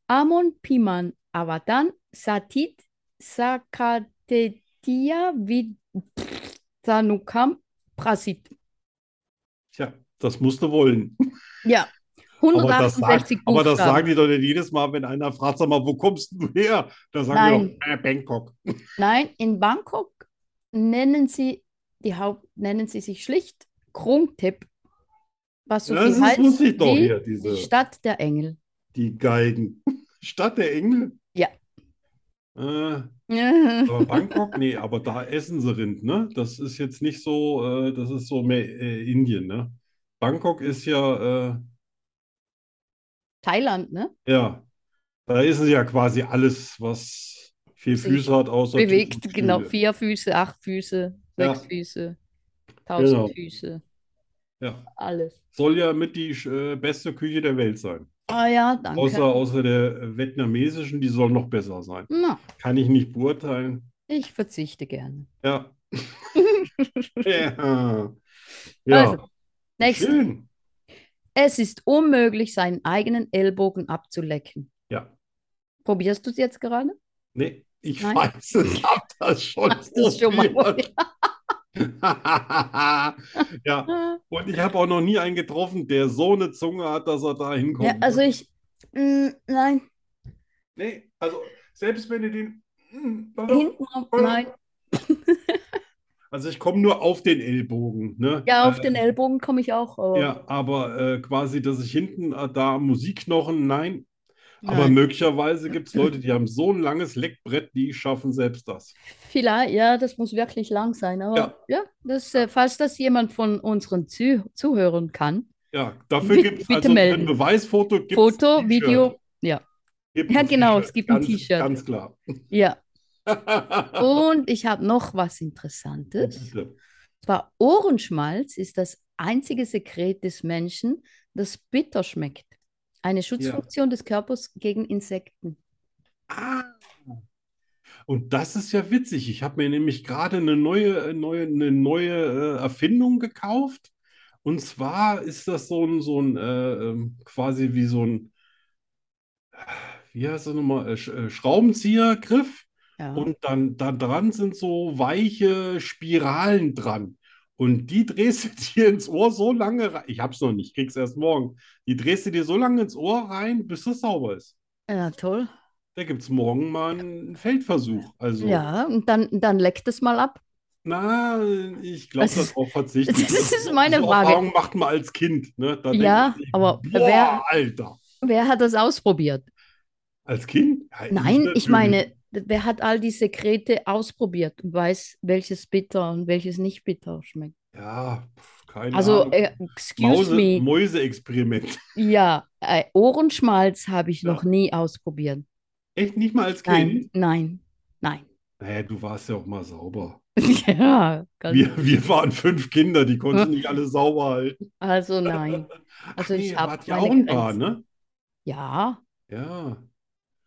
Speaker 2: Amon Piman Avadan Satit Sakatetia Vidanukam Prasit.
Speaker 1: Tja, das musst du wollen.
Speaker 2: Ja,
Speaker 1: Aber das,
Speaker 2: 168
Speaker 1: sagt, aber das
Speaker 2: Buchstaben.
Speaker 1: sagen die doch nicht jedes Mal, wenn einer fragt, sag mal, wo kommst du her? Da sagen
Speaker 2: Nein.
Speaker 1: die doch, äh, Bangkok.
Speaker 2: Nein, in Bangkok nennen sie die Haupt nennen sie sich schlicht Krungtip, was so
Speaker 1: Ja,
Speaker 2: viel
Speaker 1: das
Speaker 2: heißt
Speaker 1: wusste ich doch
Speaker 2: wie
Speaker 1: hier,
Speaker 2: die
Speaker 1: diese,
Speaker 2: Stadt
Speaker 1: <laughs>
Speaker 2: der Engel.
Speaker 1: die Geigen. Stadt der Engel?
Speaker 2: Ja.
Speaker 1: Äh, aber Bangkok, nee, aber da essen sie Rind, ne? Das ist jetzt nicht so, äh, das ist so mehr äh, Indien, ne? Bangkok ist ja, äh,
Speaker 2: Thailand, ne?
Speaker 1: ja, da essen sie ja quasi alles, was vier
Speaker 2: Sich
Speaker 1: Füße hat, außer Tüten
Speaker 2: Bewegt,
Speaker 1: und
Speaker 2: genau.
Speaker 1: Stühle.
Speaker 2: Vier Füße, acht Füße,
Speaker 1: Ja.
Speaker 2: sechs Füße, tausend
Speaker 1: Genau.
Speaker 2: Füße,
Speaker 1: Ja.
Speaker 2: alles.
Speaker 1: Soll ja mit die äh, beste Küche der Welt sein.
Speaker 2: Ah ja, danke.
Speaker 1: Außer, außer der vietnamesischen, die soll noch besser sein.
Speaker 2: Na,
Speaker 1: Kann ich nicht beurteilen.
Speaker 2: ich verzichte gerne. <laughs>
Speaker 1: Ja. <laughs> ja.
Speaker 2: Also, nächstes.
Speaker 1: Schön.
Speaker 2: Es ist unmöglich, seinen eigenen Ellbogen abzulecken.
Speaker 1: Ja.
Speaker 2: Probierst du es jetzt gerade?
Speaker 1: Nee, ich
Speaker 2: Nein.
Speaker 1: weiß, ich habe das schon
Speaker 2: Hast du es schon mal
Speaker 1: probiert. <laughs> ja, und ich habe auch noch nie einen getroffen, der so eine Zunge hat, dass er da hinkommt.
Speaker 2: Ja, also ich. mm, nein,
Speaker 1: nee, also selbst wenn ihr den. Hm,
Speaker 2: hinten auf. Nein.
Speaker 1: Also ich komme nur auf den Ellbogen, ne?
Speaker 2: Ja, auf
Speaker 1: Äh,
Speaker 2: den Ellbogen komme ich auch. oh. Aber,
Speaker 1: Ja, aber äh, quasi, dass ich hinten äh, da am Musikknochen, nein. Aber
Speaker 2: nein.
Speaker 1: möglicherweise gibt es Leute, die haben so ein langes Leckbrett, die schaffen selbst das.
Speaker 2: Vielleicht, ja, das muss wirklich lang sein. Aber ja,
Speaker 1: Ja.
Speaker 2: das, äh, falls das jemand von unseren Zuh Zuhörern kann.
Speaker 1: Ja, dafür gibt es
Speaker 2: Bitte
Speaker 1: also ein
Speaker 2: melden.
Speaker 1: Beweisfoto, gibt's
Speaker 2: Foto,
Speaker 1: ein T-Shirt.
Speaker 2: Video. Ja,
Speaker 1: Gibt
Speaker 2: Ja,
Speaker 1: ein
Speaker 2: genau,
Speaker 1: T-Shirt.
Speaker 2: es gibt ein
Speaker 1: Ganz-
Speaker 2: T-Shirt.
Speaker 1: Ganz
Speaker 2: <laughs>
Speaker 1: klar. <laughs> Oh,
Speaker 2: ja. Und ich habe noch was Interessantes.
Speaker 1: Bitte.
Speaker 2: Zwar Ohrenschmalz ist das einzige Sekret des Menschen, das bitter schmeckt. Eine Schutzfunktion des Körpers gegen Insekten.
Speaker 1: Ah. Und das ist ja witzig. Ich habe mir nämlich gerade eine neue, äh, neue, eine neue äh, Erfindung gekauft. Und zwar ist das so ein, so ein äh, ähm, quasi wie so ein, äh, wie heißt das nochmal, äh, Sch- äh, Schraubenziehergriff.
Speaker 2: Ja.
Speaker 1: Und dann da dran sind so weiche Spiralen dran. Und die drehst du <laughs> dir ins Ohr so lange rein. Ich hab's noch nicht, krieg's erst morgen. Die drehst du dir so lange ins Ohr rein, bis es sauber ist.
Speaker 2: ja, toll.
Speaker 1: Da gibt es morgen mal einen Feldversuch. Also,
Speaker 2: Ja, und dann, dann leckt es mal ab.
Speaker 1: na, ich glaube,
Speaker 2: Das ist-
Speaker 1: darauf verzichten.
Speaker 2: <laughs> das ist meine
Speaker 1: so
Speaker 2: Frage.
Speaker 1: Erfahrung macht man als Kind. Ne? Da denkt
Speaker 2: Ja,
Speaker 1: man sich,
Speaker 2: aber
Speaker 1: boah,
Speaker 2: wer-
Speaker 1: Alter.
Speaker 2: Wer hat das ausprobiert?
Speaker 1: Als Kind? Ja,
Speaker 2: Nein, ich
Speaker 1: natürlich.
Speaker 2: meine, wer hat all die Sekrete ausprobiert und weiß, welches bitter und welches nicht bitter schmeckt?
Speaker 1: Ja, pf, keine
Speaker 2: Also,
Speaker 1: Ahnung.
Speaker 2: äh, excuse
Speaker 1: Mause,
Speaker 2: me,
Speaker 1: Mäuseexperiment. <laughs>
Speaker 2: ja, äh, Ohrenschmalz habe ich
Speaker 1: Ja.
Speaker 2: noch nie ausprobiert.
Speaker 1: Echt nicht mal als
Speaker 2: Nein,
Speaker 1: Kind?
Speaker 2: nein, nein. <laughs>
Speaker 1: Naja, du warst ja auch mal sauber.
Speaker 2: Ja, ganz-
Speaker 1: Wir, wir waren fünf Kinder, die konnten nicht alle sauber halten.
Speaker 2: also nein. Also
Speaker 1: Ach
Speaker 2: ich
Speaker 1: nee,
Speaker 2: hab
Speaker 1: wart ja
Speaker 2: meine
Speaker 1: auch ein paar,
Speaker 2: Grenzen.
Speaker 1: ne?
Speaker 2: Ja,
Speaker 1: Ja,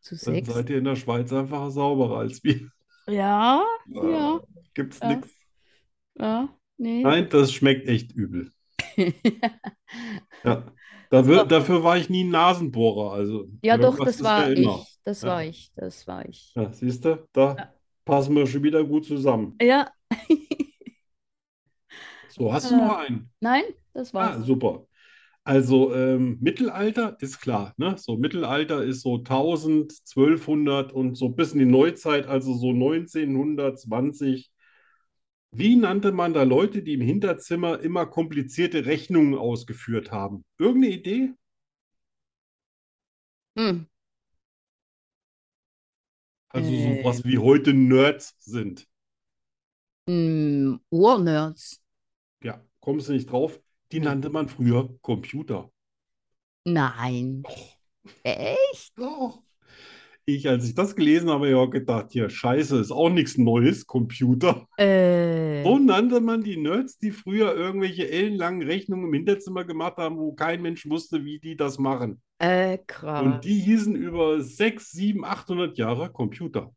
Speaker 2: zu
Speaker 1: dann
Speaker 2: sechs.
Speaker 1: seid ihr in der Schweiz einfach sauberer als wir.
Speaker 2: Ja, Ja.
Speaker 1: Gibt's
Speaker 2: Ja.
Speaker 1: nichts.
Speaker 2: ja, nee.
Speaker 1: Nein, das schmeckt echt übel. Ja. Da wird, dafür war ich nie ein Nasenbohrer. Also
Speaker 2: <laughs> Also Ja, doch,
Speaker 1: irgendwas
Speaker 2: das
Speaker 1: ist
Speaker 2: war
Speaker 1: ja immer.
Speaker 2: ich, das
Speaker 1: Ja.
Speaker 2: war ich, das war ich.
Speaker 1: Ja, siehst du, da
Speaker 2: Ja.
Speaker 1: passen wir schon wieder gut zusammen.
Speaker 2: Ja, <laughs>
Speaker 1: So, hast du
Speaker 2: Ah.
Speaker 1: noch einen?
Speaker 2: nein, das
Speaker 1: Ah,
Speaker 2: war's.
Speaker 1: super. Also ähm, Mittelalter ist klar, ne? So Mittelalter ist so 1000, 1200 und so bis in die Neuzeit, also so 1920. Wie nannte man da Leute, die im Hinterzimmer immer komplizierte Rechnungen ausgeführt haben? Irgendeine Idee?
Speaker 2: Hm.
Speaker 1: Also
Speaker 2: Äh.
Speaker 1: sowas wie heute Nerds sind.
Speaker 2: Hm, Ohrnerds.
Speaker 1: Ja, kommst du nicht drauf? Die nannte man früher Computer.
Speaker 2: Nein.
Speaker 1: Och.
Speaker 2: Echt?
Speaker 1: Doch. Ich, als ich das gelesen habe, habe ich auch gedacht, hier, Scheiße, ist auch nichts Neues, Computer.
Speaker 2: Äh,
Speaker 1: So nannte man die Nerds, die früher irgendwelche ellenlangen Rechnungen im Hinterzimmer gemacht haben, wo kein Mensch wusste, wie die das machen.
Speaker 2: äh, krass.
Speaker 1: Und die hießen über 6, 7, 800 Jahre Computer.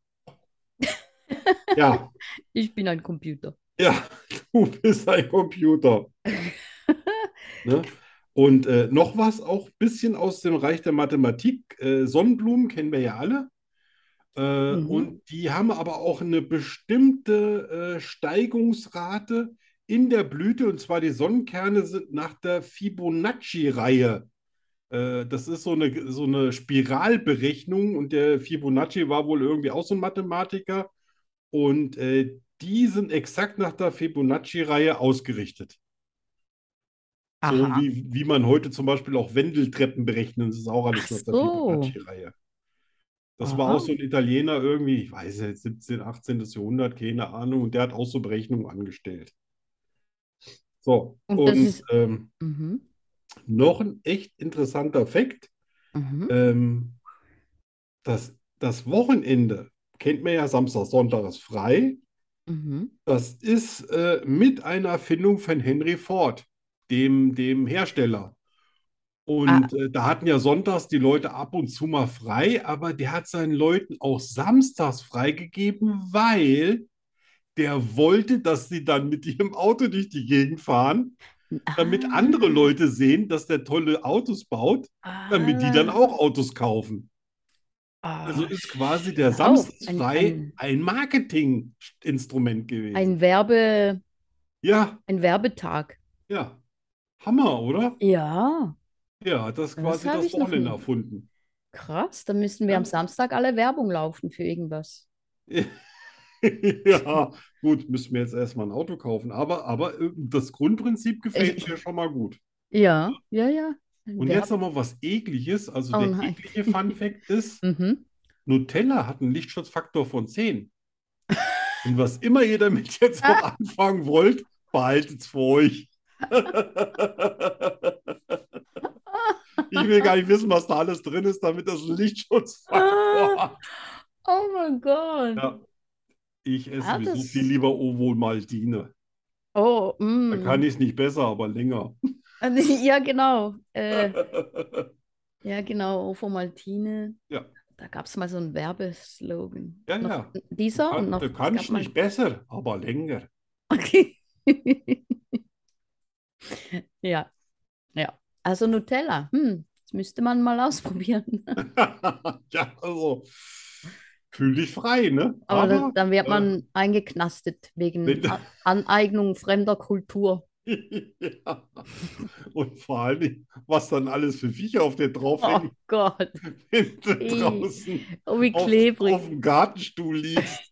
Speaker 1: Ja,
Speaker 2: Ich bin ein Computer.
Speaker 1: ja, du bist ein Computer. Ne? Und äh, noch was, auch ein bisschen aus dem Reich der Mathematik. Äh, Sonnenblumen kennen wir ja alle. Äh,
Speaker 2: Mhm.
Speaker 1: Und die haben aber auch eine bestimmte äh, Steigungsrate in der Blüte. Und zwar die Sonnenkerne sind nach der Fibonacci-Reihe. Äh, das ist so eine, so eine Spiralberechnung. Und der Fibonacci war wohl irgendwie auch so ein Mathematiker. Und äh, die sind exakt nach der Fibonacci-Reihe ausgerichtet. So
Speaker 2: Aha.
Speaker 1: wie, wie man heute zum Beispiel auch Wendeltreppen berechnet, das ist auch alles
Speaker 2: Ach
Speaker 1: nach der
Speaker 2: so.
Speaker 1: Fibonacci-Reihe. Das war
Speaker 2: Aha.
Speaker 1: auch so ein Italiener irgendwie, ich weiß nicht, 17, 18. Jahrhundert, keine Ahnung, und der hat auch so Berechnungen angestellt. So,
Speaker 2: Und das
Speaker 1: und
Speaker 2: ist-
Speaker 1: ähm,
Speaker 2: Mhm.
Speaker 1: noch ein echt interessanter Fakt,
Speaker 2: Mhm.
Speaker 1: ähm, das, das Wochenende, kennt man ja, Samstag, Sonntag ist frei,
Speaker 2: Mhm.
Speaker 1: das ist äh, mit einer Erfindung von Henry Ford, dem, dem Hersteller. Und
Speaker 2: Ah.
Speaker 1: äh, da hatten ja sonntags die Leute ab und zu mal frei, aber der hat seinen Leuten auch samstags freigegeben, weil der wollte, dass sie dann mit ihrem Auto durch die Gegend fahren, damit
Speaker 2: Ah,
Speaker 1: andere Leute sehen, dass der tolle Autos baut, damit die dann
Speaker 2: ah,
Speaker 1: auch Autos kaufen. Also
Speaker 2: ah,
Speaker 1: ist quasi der
Speaker 2: schau,
Speaker 1: samstags
Speaker 2: ein,
Speaker 1: frei
Speaker 2: ein,
Speaker 1: ein Marketinginstrument gewesen.
Speaker 2: ein Werbe,
Speaker 1: Ja.
Speaker 2: ein Werbetag.
Speaker 1: Ja, Hammer, oder?
Speaker 2: Ja,
Speaker 1: Ja, hat das
Speaker 2: Das
Speaker 1: quasi
Speaker 2: habe
Speaker 1: das
Speaker 2: ich noch
Speaker 1: Wochenende
Speaker 2: nie.
Speaker 1: erfunden. <laughs>
Speaker 2: krass. Dann müssen wir
Speaker 1: Ja.
Speaker 2: am Samstag alle Werbung laufen für irgendwas.
Speaker 1: Ja, gut, müssen wir jetzt erstmal ein Auto kaufen. Aber, aber äh, das Grundprinzip gefällt
Speaker 2: Ich-
Speaker 1: mir schon mal gut.
Speaker 2: Ja, ja, ja. Ein
Speaker 1: Und
Speaker 2: Werbe-
Speaker 1: jetzt nochmal was Ekliges. Also
Speaker 2: Oh
Speaker 1: der
Speaker 2: nein.
Speaker 1: eklige Fun
Speaker 2: <laughs>
Speaker 1: Fact ist,
Speaker 2: Mhm.
Speaker 1: Nutella hat einen Lichtschutzfaktor von 10. Und was immer ihr damit jetzt
Speaker 2: <laughs>
Speaker 1: noch anfangen wollt, behaltet's für euch. Ich will gar nicht wissen, was da alles drin ist, damit das einen
Speaker 2: <laughs>
Speaker 1: Lichtschutzfaktor
Speaker 2: Ah.
Speaker 1: hat.
Speaker 2: Oh mein Gott.
Speaker 1: Ja. Ich esse
Speaker 2: Ah,
Speaker 1: sowieso
Speaker 2: das-
Speaker 1: viel lieber Ovomaltine.
Speaker 2: Oh,
Speaker 1: Da
Speaker 2: mm.
Speaker 1: kann ich es nicht besser, aber länger. <laughs>
Speaker 2: <laughs> Ja, genau. Äh, ja, genau. Ovomaltine.
Speaker 1: Ja.
Speaker 2: Da gab es mal so einen Werbeslogan.
Speaker 1: Ja,
Speaker 2: noch
Speaker 1: ja.
Speaker 2: dieser und
Speaker 1: Kann,
Speaker 2: noch.
Speaker 1: du
Speaker 2: es
Speaker 1: kannst
Speaker 2: gab mal-
Speaker 1: nicht besser, aber länger. <laughs>
Speaker 2: <laughs> Okay. Ja, ja. Also Nutella. Hm, das müsste man mal <laughs> ausprobieren.
Speaker 1: Ja, also fühl dich frei, ne?
Speaker 2: Aber
Speaker 1: Aber
Speaker 2: dann, dann wird
Speaker 1: äh,
Speaker 2: man eingeknastet
Speaker 1: wenn-
Speaker 2: wegen A- Aneignung fremder Kultur.
Speaker 1: Ja. Und vor allen Dingen, was dann alles für Viecher <laughs> auf dir
Speaker 2: Oh
Speaker 1: draufhängen,
Speaker 2: Gott,
Speaker 1: <laughs> wenn du
Speaker 2: Ih,
Speaker 1: draußen
Speaker 2: oh, wie
Speaker 1: auf,
Speaker 2: klebrig.
Speaker 1: auf dem Gartenstuhl liegst.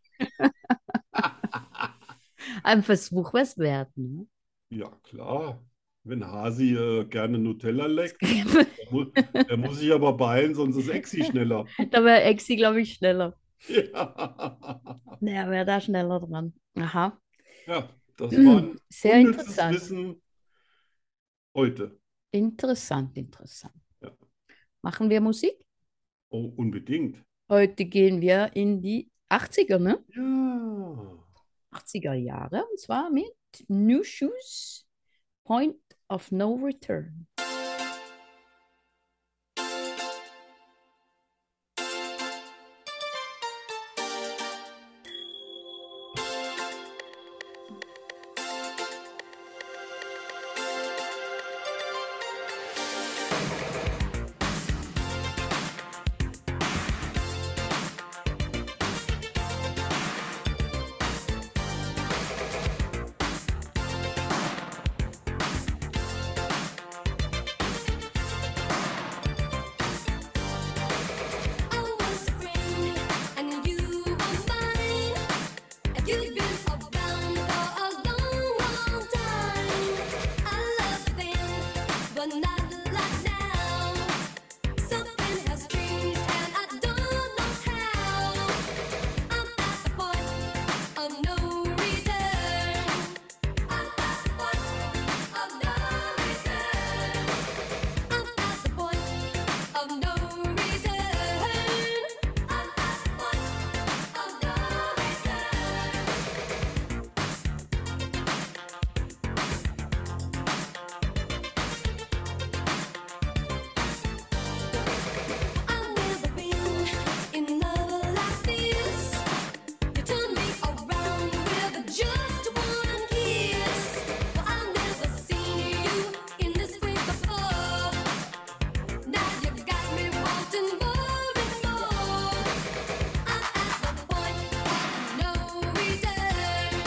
Speaker 2: Ein Versuch war es wert. Ne? <laughs>
Speaker 1: Ja, klar. Wenn Hasi äh, gerne Nutella leckt, der, mu der muss sich aber beeilen, sonst ist Exi schneller.
Speaker 2: da wäre Exi, glaube ich, schneller.
Speaker 1: <laughs> Ja,
Speaker 2: Der wäre da schneller dran. Aha,
Speaker 1: ja das war ein
Speaker 2: Hm. sehr
Speaker 1: unnützes
Speaker 2: interessant.
Speaker 1: Wissen heute.
Speaker 2: Interessant, interessant.
Speaker 1: Ja.
Speaker 2: Machen wir Musik?
Speaker 1: Oh, unbedingt.
Speaker 2: Heute gehen wir in die 80er, ne?
Speaker 1: Ja.
Speaker 2: 80er Jahre und zwar mit New Shoes Point of No Return.
Speaker 4: I was a friend, and you were mine. And you've been around for a long, long time. I loved then, but not like now. Something has changed, and I don't know how. I'm at the point of no return. I'm at the point of no return. I'm at the point of no return. I'm at the point of no return. I've never been in love like this. You turn me around with just one kiss. Well, I've never seen you in this way before. Now you got me wanting more and more. I'm at the point of no return.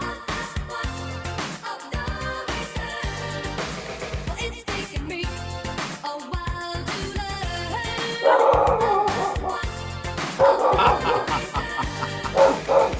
Speaker 4: I'm at the point of no return. Well, it's taken me a while to learn. I'm at the point of no return.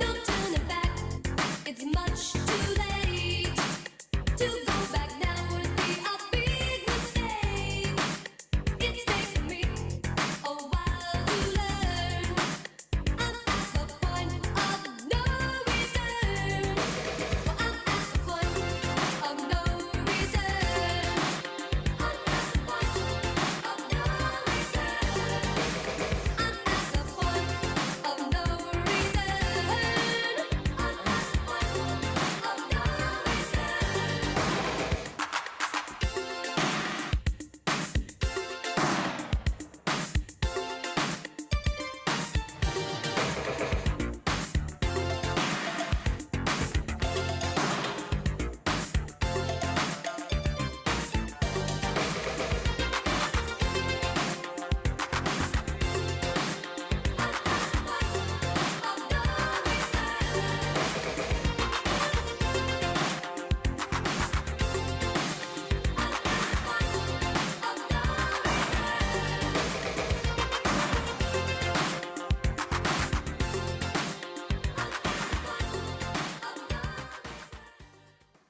Speaker 4: No turning back, it's much too late. To go back now would be a big mistake. It's taken me a while to learn. I'm at the point of no return. I'm at the point of no return. I'm at the point of no return. I'm at the point of no return. I'm at the point of no return.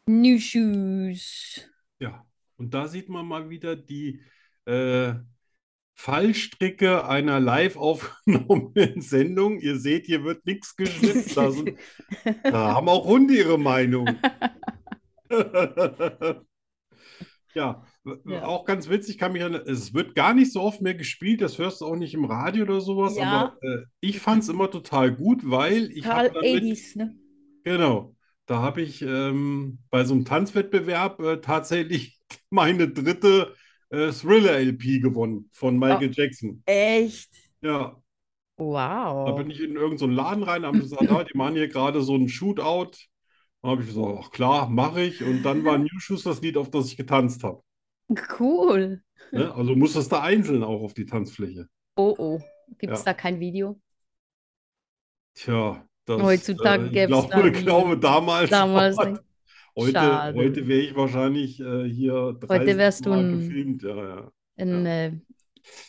Speaker 2: New Shoes.
Speaker 1: Ja, und da sieht man mal wieder die, äh, Fallstricke einer live aufgenommenen Sendung. Ihr seht, hier wird nichts geschnitten. Da,
Speaker 2: <laughs>
Speaker 1: sind, da haben auch Hunde ihre Meinung. ja, w-
Speaker 2: Ja.
Speaker 1: auch ganz witzig, kann mich an, es wird gar nicht so oft mehr gespielt, das hörst du auch nicht im Radio oder sowas,
Speaker 2: Ja.
Speaker 1: aber äh, ich fand es immer total gut, weil ich
Speaker 2: Karl
Speaker 1: hab damit
Speaker 2: 80s, ne?
Speaker 1: Genau, da habe ich ähm, bei so einem Tanzwettbewerb äh, tatsächlich <laughs> meine dritte äh, Thriller-LP gewonnen von Michael
Speaker 2: Ah.
Speaker 1: Jackson.
Speaker 2: Echt?
Speaker 1: Ja, da
Speaker 2: Wow.
Speaker 1: bin ich in irgendeinen so einen Laden rein, haben gesagt, ah, die machen hier gerade so einen Shootout. Da habe ich gesagt, ach klar, mache ich. Und dann war New Shoes das Lied, auf das ich getanzt habe.
Speaker 2: Cool.
Speaker 1: Ne? Also musstest du einzeln auch auf die Tanzfläche.
Speaker 2: Oh oh. Gibt es
Speaker 1: Ja.
Speaker 2: da kein
Speaker 1: <laughs>
Speaker 2: Video?
Speaker 1: Tja, das,
Speaker 2: Heutzutage
Speaker 1: äh, ich
Speaker 2: gäb's da
Speaker 1: glaube,
Speaker 2: nie.
Speaker 1: glaube, damals
Speaker 2: Damals ne?
Speaker 1: war-
Speaker 2: nicht.
Speaker 1: Heute,
Speaker 2: Schade.
Speaker 1: heute wäre ich wahrscheinlich äh, hier 30
Speaker 2: wärst du
Speaker 1: Mal
Speaker 2: ein-
Speaker 1: gefilmt. Ja, ja.
Speaker 2: In, äh,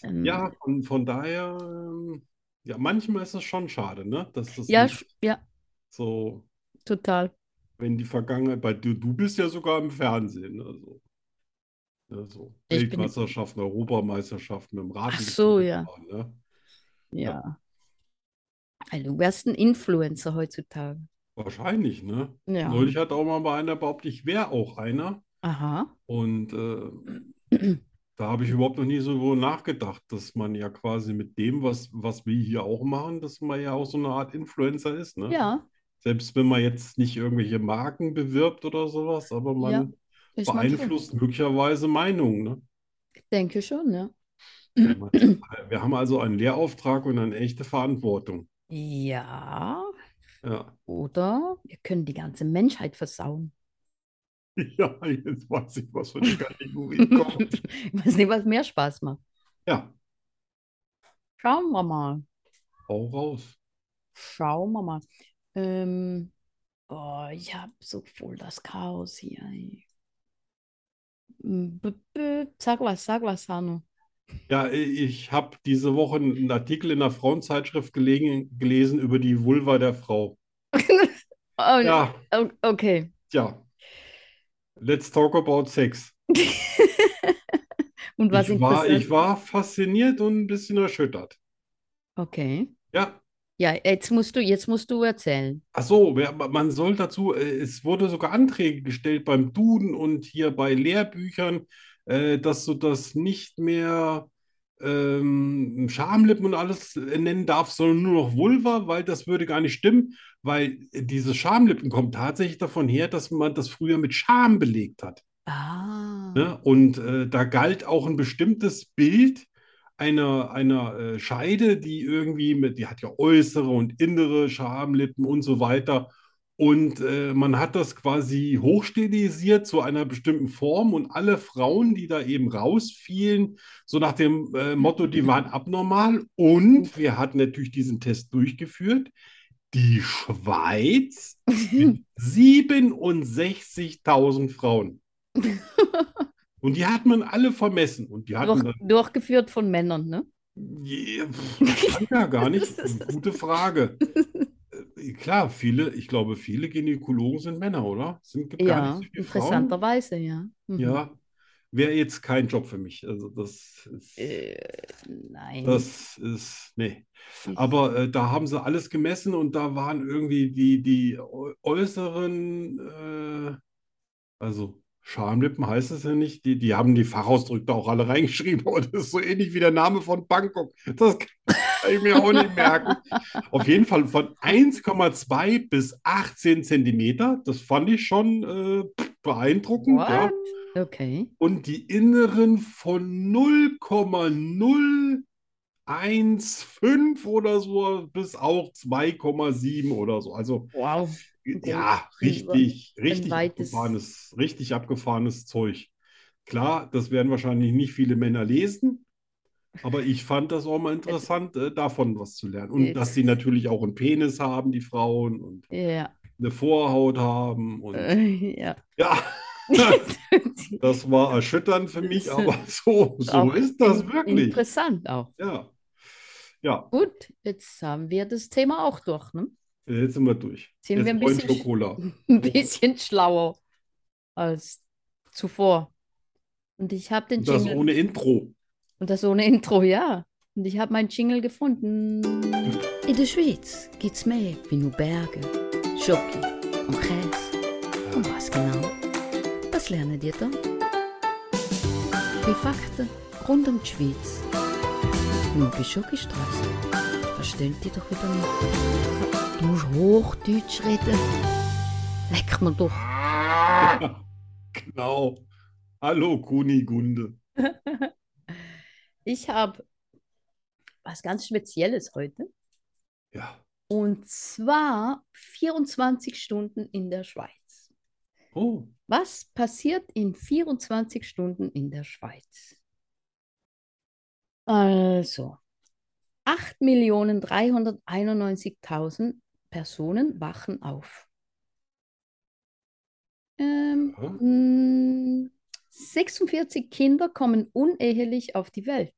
Speaker 2: ähm,
Speaker 1: Ja, von, von daher, ähm, ja, manchmal ist es schon schade, ne? Dass das
Speaker 2: ja,
Speaker 1: nicht
Speaker 2: sch- ja,
Speaker 1: so,
Speaker 2: total.
Speaker 1: wenn die Vergangenheit, bei dir, du bist ja sogar im Fernsehen, also. Ja, so
Speaker 2: Ich bin-
Speaker 1: Weltmeisterschaften, Europameisterschaften mit dem Rad.
Speaker 2: Ach so, ja.
Speaker 1: Ne?
Speaker 2: Ja. Also, du wärst ein Influencer heutzutage.
Speaker 1: Wahrscheinlich, ne?
Speaker 2: Ja.
Speaker 1: Neulich hat auch mal bei einer behauptet, ich wäre auch einer.
Speaker 2: Aha.
Speaker 1: Und äh,
Speaker 2: <clears throat>
Speaker 1: da habe ich überhaupt noch nie so drüber nachgedacht, dass man ja quasi mit dem, was, was wir hier auch machen, dass man ja auch so eine Art Influencer ist, ne?
Speaker 2: Ja,
Speaker 1: Selbst wenn man jetzt nicht irgendwelche Marken bewirbt oder sowas, aber man
Speaker 2: Ja, ist man schon.
Speaker 1: beeinflusst möglicherweise Meinungen. Ne?
Speaker 2: Ich denke schon, ja.
Speaker 1: Wenn
Speaker 2: <clears throat>
Speaker 1: man- Wir haben also einen Lehrauftrag und eine echte Verantwortung.
Speaker 2: Ja,
Speaker 1: Ja,
Speaker 2: oder wir können die ganze Menschheit versauen.
Speaker 1: <laughs> ja jetzt weiß ich, was für <laughs> eine Kategorie kommt.
Speaker 2: <laughs> Ich weiß nicht, was mehr Spaß macht.
Speaker 1: Ja,
Speaker 2: Schauen wir mal.
Speaker 1: hau raus.
Speaker 2: Schauen wir mal. Ähm, oh, ich habe so voll das Chaos hier. ey. Mm, b- b- Sag was, sag was, Hanno. <laughs>
Speaker 1: Ja, ich habe diese Woche einen Artikel in der Frauenzeitschrift gelegen, gelesen über die Vulva der Frau.
Speaker 2: Oh,
Speaker 1: Ja,
Speaker 2: o- okay. <laughs>
Speaker 1: ja. Let's talk about sex.
Speaker 2: Und was
Speaker 1: Ich war,
Speaker 2: interessant?
Speaker 1: ich war fasziniert und ein bisschen erschüttert.
Speaker 2: Okay.
Speaker 1: Ja.
Speaker 2: Ja, jetzt musst du, jetzt musst du erzählen.
Speaker 1: Ach so, wer- man soll dazu, äh, es wurde sogar Anträge gestellt beim Duden und hier bei Lehrbüchern, äh, dass du das nicht mehr ähm, Schamlippen und alles äh, nennen darfst, sondern nur noch Vulva, weil das würde gar nicht stimmen, weil äh, diese Schamlippen kommen tatsächlich davon her, dass man das früher mit Scham belegt hat.
Speaker 2: Ah,
Speaker 1: Ne? Und äh, da galt auch ein bestimmtes Bild einer, einer äh, Scheide, die irgendwie mit, die hat ja äußere und innere Schamlippen und so weiter. Und äh, man hat das quasi hochstilisiert zu einer bestimmten Form und alle Frauen, die da eben rausfielen, so nach dem äh, Motto, die waren abnormal. Und wir hatten natürlich diesen Test durchgeführt. Die Schweiz mit 67.000
Speaker 2: <laughs>
Speaker 1: Frauen. Und die hat man alle vermessen. Und die hatten
Speaker 2: durch,
Speaker 1: dann,
Speaker 2: durchgeführt von Männern, ne?
Speaker 1: Ja, pf, kann ja gar
Speaker 2: <laughs>
Speaker 1: nicht. Gute Frage. Äh, Klar, viele, ich glaube, viele Gynäkologen sind Männer, oder? Es sind, gibt gar nicht
Speaker 2: Ja,
Speaker 1: so viele Frauen.
Speaker 2: interessanterweise, ja. Mhm.
Speaker 1: Ja, wäre jetzt kein Job für mich. Also das ist,
Speaker 2: Äh, nein. Hm.
Speaker 1: das ist, nee.
Speaker 2: Ich-
Speaker 1: Aber äh, da haben sie alles gemessen und da waren irgendwie die, die äu- äußeren, äh, also Schamlippen heißt es ja nicht, die, die haben die Fachausdrücke auch alle <laughs> reingeschrieben, aber das ist so ähnlich wie der Name von Bangkok. Das <laughs> kann ich mir auch nicht merken. Auf jeden Fall von 1,2 bis 18 Zentimeter, das fand ich schon äh, beeindruckend, ja.
Speaker 2: What? Okay.
Speaker 1: Und die inneren von 0,015 oder so bis auch 2,7 oder so. Also
Speaker 2: Wow.
Speaker 1: ja,
Speaker 2: Ein
Speaker 1: richtig, richtig
Speaker 2: weites-
Speaker 1: abgefahrenes, richtig abgefahrenes Zeug. Klar, das werden wahrscheinlich nicht viele Männer lesen, aber ich fand das auch
Speaker 2: <laughs>
Speaker 1: mal interessant, äh, davon was zu lernen. Und
Speaker 2: Jetzt-
Speaker 1: dass sie natürlich auch einen Penis haben, die Frauen, und
Speaker 2: Ja. <laughs>
Speaker 1: eine Vorhaut haben und
Speaker 2: Äh, ja.
Speaker 1: ja.
Speaker 2: <laughs>
Speaker 1: <laughs> Das war erschütternd für mich,
Speaker 2: Das, äh,
Speaker 1: aber so, so
Speaker 2: Auch
Speaker 1: ist das
Speaker 2: in-
Speaker 1: wirklich.
Speaker 2: Interessant auch.
Speaker 1: Ja. Ja,
Speaker 2: Gut, jetzt haben wir das Thema auch durch, ne?
Speaker 1: jetzt sind wir durch.
Speaker 2: Sind
Speaker 1: Jetzt
Speaker 2: wir ein
Speaker 1: wollen
Speaker 2: bisschen sch-
Speaker 1: Schokola.
Speaker 2: Ein bisschen schlauer als zuvor. Und ich habe den
Speaker 1: Das
Speaker 2: Jingle.
Speaker 1: ohne Intro. <laughs>
Speaker 2: Und das ohne <laughs> Intro, ja. Und ich habe meinen Jingle gefunden.
Speaker 3: In der Schweiz gibt's mehr wie nur Berge, Schoki und Käse. Und was genau? Was lernen die da? Die Fakten rund um die Schweiz. Nur bei Schokistraße verstehen die doch wieder nicht. Du musst Hochdeutsch reden. Leck mir doch.
Speaker 1: Genau. Hallo Kunigunde.
Speaker 2: Ich habe was ganz Spezielles heute.
Speaker 1: Ja.
Speaker 2: Und zwar 24 Stunden in der Schweiz.
Speaker 1: Oh,
Speaker 2: Was passiert in 24 Stunden in der Schweiz? Also, 8.391.000 Personen wachen auf. Ähm,
Speaker 1: Ja.
Speaker 2: mh, 46 Kinder kommen unehelich auf die Welt.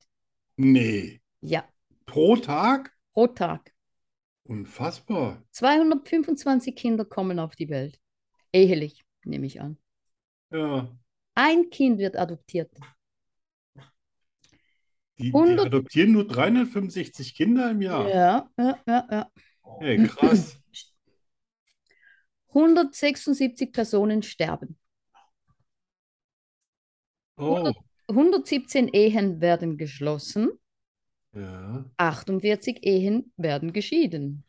Speaker 1: nee.
Speaker 2: Ja,
Speaker 1: Pro Tag?
Speaker 2: pro Tag.
Speaker 1: Unfassbar.
Speaker 2: 225 Kinder kommen auf die Welt. Ehelich, nehme ich an.
Speaker 1: Ja.
Speaker 2: Ein Kind wird adoptiert.
Speaker 1: Die, die
Speaker 2: 100
Speaker 1: adoptieren nur 365 Kinder im Jahr.
Speaker 2: Ja, ja, ja, ja.
Speaker 1: Ey,
Speaker 2: <laughs>
Speaker 1: krass.
Speaker 2: 176 Personen sterben.
Speaker 1: Oh.
Speaker 2: 117 Ehen werden geschlossen.
Speaker 1: Ja,
Speaker 2: 48 Ehen werden geschieden.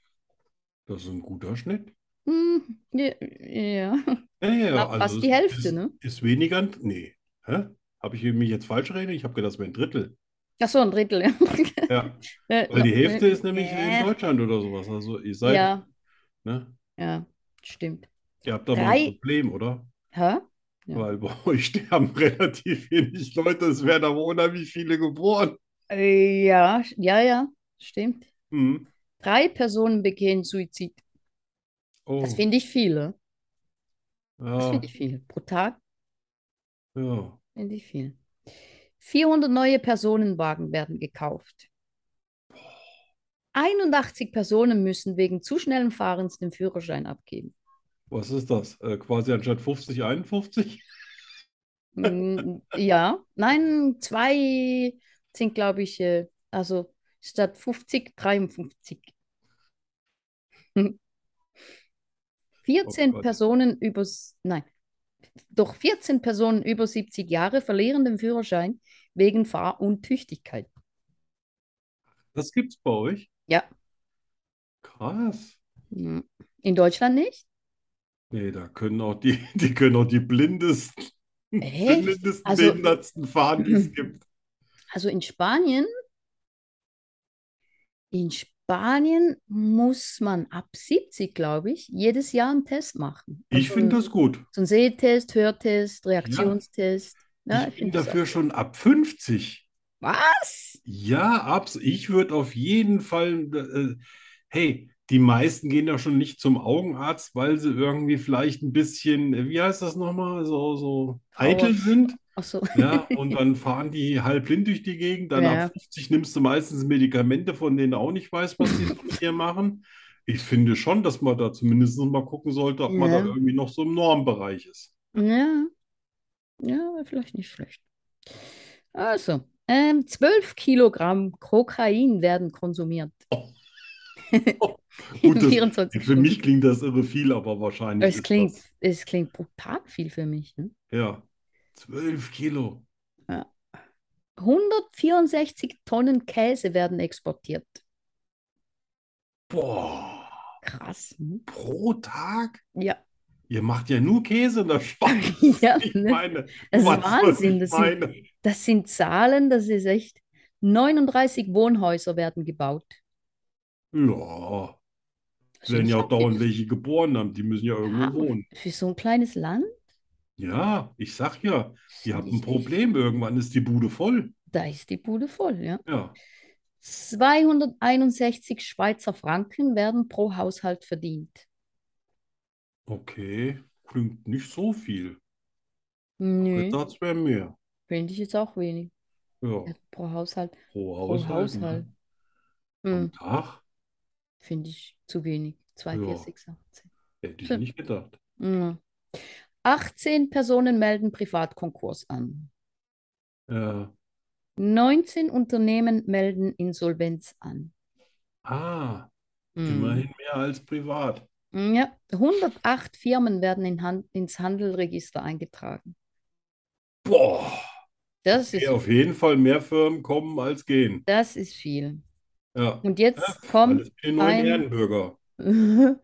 Speaker 1: das ist ein guter Schnitt.
Speaker 2: Hm, ja, ja.
Speaker 1: Ja, ja,
Speaker 2: Knapp
Speaker 1: also
Speaker 2: fast die
Speaker 1: es
Speaker 2: Hälfte,
Speaker 1: ist,
Speaker 2: ne?
Speaker 1: Ist weniger. Nee. Hä? Habe ich mich jetzt falsch geredet? Ich habe gedacht, es wäre ein Drittel.
Speaker 2: Ach so, ein Drittel. Ja. <laughs>
Speaker 1: Ja,
Speaker 2: Äh,
Speaker 1: <laughs> weil die
Speaker 2: no-
Speaker 1: Hälfte ist nämlich
Speaker 2: Äh.
Speaker 1: in Deutschland oder sowas. Also ihr seid,
Speaker 2: Ja,
Speaker 1: ne?
Speaker 2: ja, stimmt.
Speaker 1: Ihr habt da mal
Speaker 2: Drei-
Speaker 1: ein Problem, oder?
Speaker 2: Hä? Ja.
Speaker 1: Weil bei <laughs> euch sterben relativ wenig Leute. Es werden aber unheimlich viele geboren.
Speaker 2: Äh, Ja, ja, ja, stimmt.
Speaker 1: Hm.
Speaker 2: Drei Personen begehen Suizid.
Speaker 1: Oh, Ah.
Speaker 2: Das finde ich viele. Das
Speaker 1: ja,
Speaker 2: finde ich viel. Pro Tag
Speaker 1: ja.
Speaker 2: finde ich viel. 400 neue Personenwagen werden gekauft. 81 Personen müssen wegen zu schnellen Fahrens den Führerschein abgeben.
Speaker 1: Was ist das? Äh, quasi anstatt 50, 51?
Speaker 2: Mm, Ja, nein, zwei sind, glaube ich, äh, also statt 50, 53. <laughs> Hm. 14
Speaker 1: Gott.
Speaker 2: Personen über, s- nein, doch 14 Personen über 70 Jahre verlieren den Führerschein wegen Fahruntüchtigkeit.
Speaker 1: Das gibt's bei euch?
Speaker 2: Ja.
Speaker 1: Krass.
Speaker 2: Hm. In Deutschland nicht?
Speaker 1: Nee, da können auch die, <laughs> die können auch die blindesten,
Speaker 2: Echt?
Speaker 1: blindesten,
Speaker 2: Also-
Speaker 1: behindertsten fahren, die
Speaker 2: <clears throat>
Speaker 1: es gibt.
Speaker 2: Also in Spanien, in Spanien muss man ab 70, glaube ich, jedes Jahr einen Test machen.
Speaker 1: Ich
Speaker 2: Also-
Speaker 1: finde das gut.
Speaker 2: So ein Sehtest, Hörtest, Reaktionstest. Ja,
Speaker 1: Ich bin
Speaker 2: find das
Speaker 1: dafür schon ab 50.
Speaker 2: auch- Was?
Speaker 1: Ja, abs. Ich würde auf jeden Fall, äh, hey, die meisten gehen ja schon nicht zum Augenarzt, weil sie irgendwie vielleicht ein bisschen, äh, wie heißt das nochmal, so, so eitel
Speaker 2: Trauer.
Speaker 1: sind.
Speaker 2: Ach so. <laughs>
Speaker 1: Ja, und dann fahren die halb blind durch die Gegend. Dann
Speaker 2: Ja.
Speaker 1: ab 50 nimmst du meistens Medikamente, von denen du auch nicht weiß, was die mit dir machen. Ich finde schon, dass man da zumindest noch mal gucken sollte, ob man
Speaker 2: Ja.
Speaker 1: da irgendwie noch so im Normbereich ist.
Speaker 2: Ja. Ja, vielleicht nicht schlecht. Also, ähm, 12 Kilogramm Kokain werden konsumiert. In <laughs>
Speaker 1: Gut, das-
Speaker 2: 24
Speaker 1: Für mich klingt das irre viel, aber wahrscheinlich
Speaker 2: Es
Speaker 1: ist
Speaker 2: klingt,
Speaker 1: das,
Speaker 2: es klingt brutal viel für mich. Ne?
Speaker 1: ja, 12 Kilo.
Speaker 2: 164 Tonnen Käse werden exportiert.
Speaker 1: Boah,
Speaker 2: Krass. Ne?
Speaker 1: pro Tag?
Speaker 2: Ja.
Speaker 1: Ihr macht ja nur Käse
Speaker 2: <laughs>
Speaker 1: in der Schweiz.
Speaker 2: Ja,
Speaker 1: Ich
Speaker 2: ne?
Speaker 1: meine, du
Speaker 2: Das ist
Speaker 1: weißt, was
Speaker 2: Wahnsinn.
Speaker 1: ich
Speaker 2: Das sind,
Speaker 1: meine.
Speaker 2: das sind Zahlen, das ist echt. 39 Wohnhäuser werden gebaut.
Speaker 1: Ja,
Speaker 2: Das
Speaker 1: werden
Speaker 2: ist
Speaker 1: ja auch
Speaker 2: schon
Speaker 1: dauernd
Speaker 2: viel.
Speaker 1: welche geboren haben, die müssen ja
Speaker 2: Ja,
Speaker 1: irgendwo wohnen.
Speaker 2: Für so ein kleines Land?
Speaker 1: Ja, ich sag ja, die haben ein
Speaker 2: Nicht richtig.
Speaker 1: Problem. Irgendwann ist die Bude voll.
Speaker 2: Da ist die Bude voll, ja.
Speaker 1: Ja,
Speaker 2: 261 Schweizer Franken werden pro Haushalt verdient.
Speaker 1: okay. Klingt nicht so viel.
Speaker 2: Nö,
Speaker 1: Das wäre mehr.
Speaker 2: finde ich jetzt auch wenig.
Speaker 1: Ja,
Speaker 2: Ja, Pro Haushalt.
Speaker 1: pro
Speaker 2: Pro
Speaker 1: Haushalt,
Speaker 2: Haushalt.
Speaker 1: ne?
Speaker 2: Hm,
Speaker 1: Am Tag
Speaker 2: finde ich zu wenig. 2, 4, 6, 18.
Speaker 1: hätte ich
Speaker 2: Tja.
Speaker 1: nicht gedacht.
Speaker 2: Ja. 18 Personen melden Privatkonkurs an.
Speaker 1: Ja,
Speaker 2: 19 Unternehmen melden Insolvenz an.
Speaker 1: Ah,
Speaker 2: Mhm.
Speaker 1: immerhin mehr als privat.
Speaker 2: Hm, Ja, 108 Firmen werden in Han ins Handelregister eingetragen.
Speaker 1: Boah,
Speaker 2: Das ist,
Speaker 1: hier auf jeden Fall mehr Firmen kommen als gehen.
Speaker 2: das ist viel.
Speaker 1: Ja,
Speaker 2: Und jetzt
Speaker 1: alles
Speaker 2: kommt
Speaker 1: für den neuen
Speaker 2: ein-
Speaker 1: Ehrenbürger.
Speaker 2: <laughs>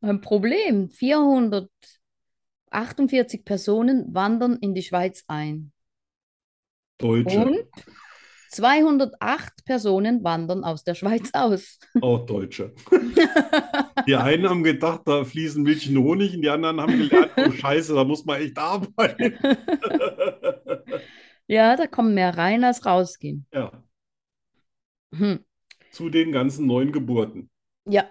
Speaker 2: ein Problem. 448 Personen wandern in die Schweiz ein.
Speaker 1: Deutsche,
Speaker 2: Und 208 Personen wandern aus der Schweiz aus.
Speaker 1: auch
Speaker 2: <laughs>
Speaker 1: Deutsche. Die einen haben gedacht, da fließen Milch und Honig, und die anderen haben gelernt, oh Scheiße, da muss man echt
Speaker 2: <laughs>
Speaker 1: arbeiten.
Speaker 2: Ja, da kommen mehr rein als rausgehen.
Speaker 1: Ja,
Speaker 2: Hm.
Speaker 1: zu den ganzen neuen Geburten.
Speaker 2: Ja.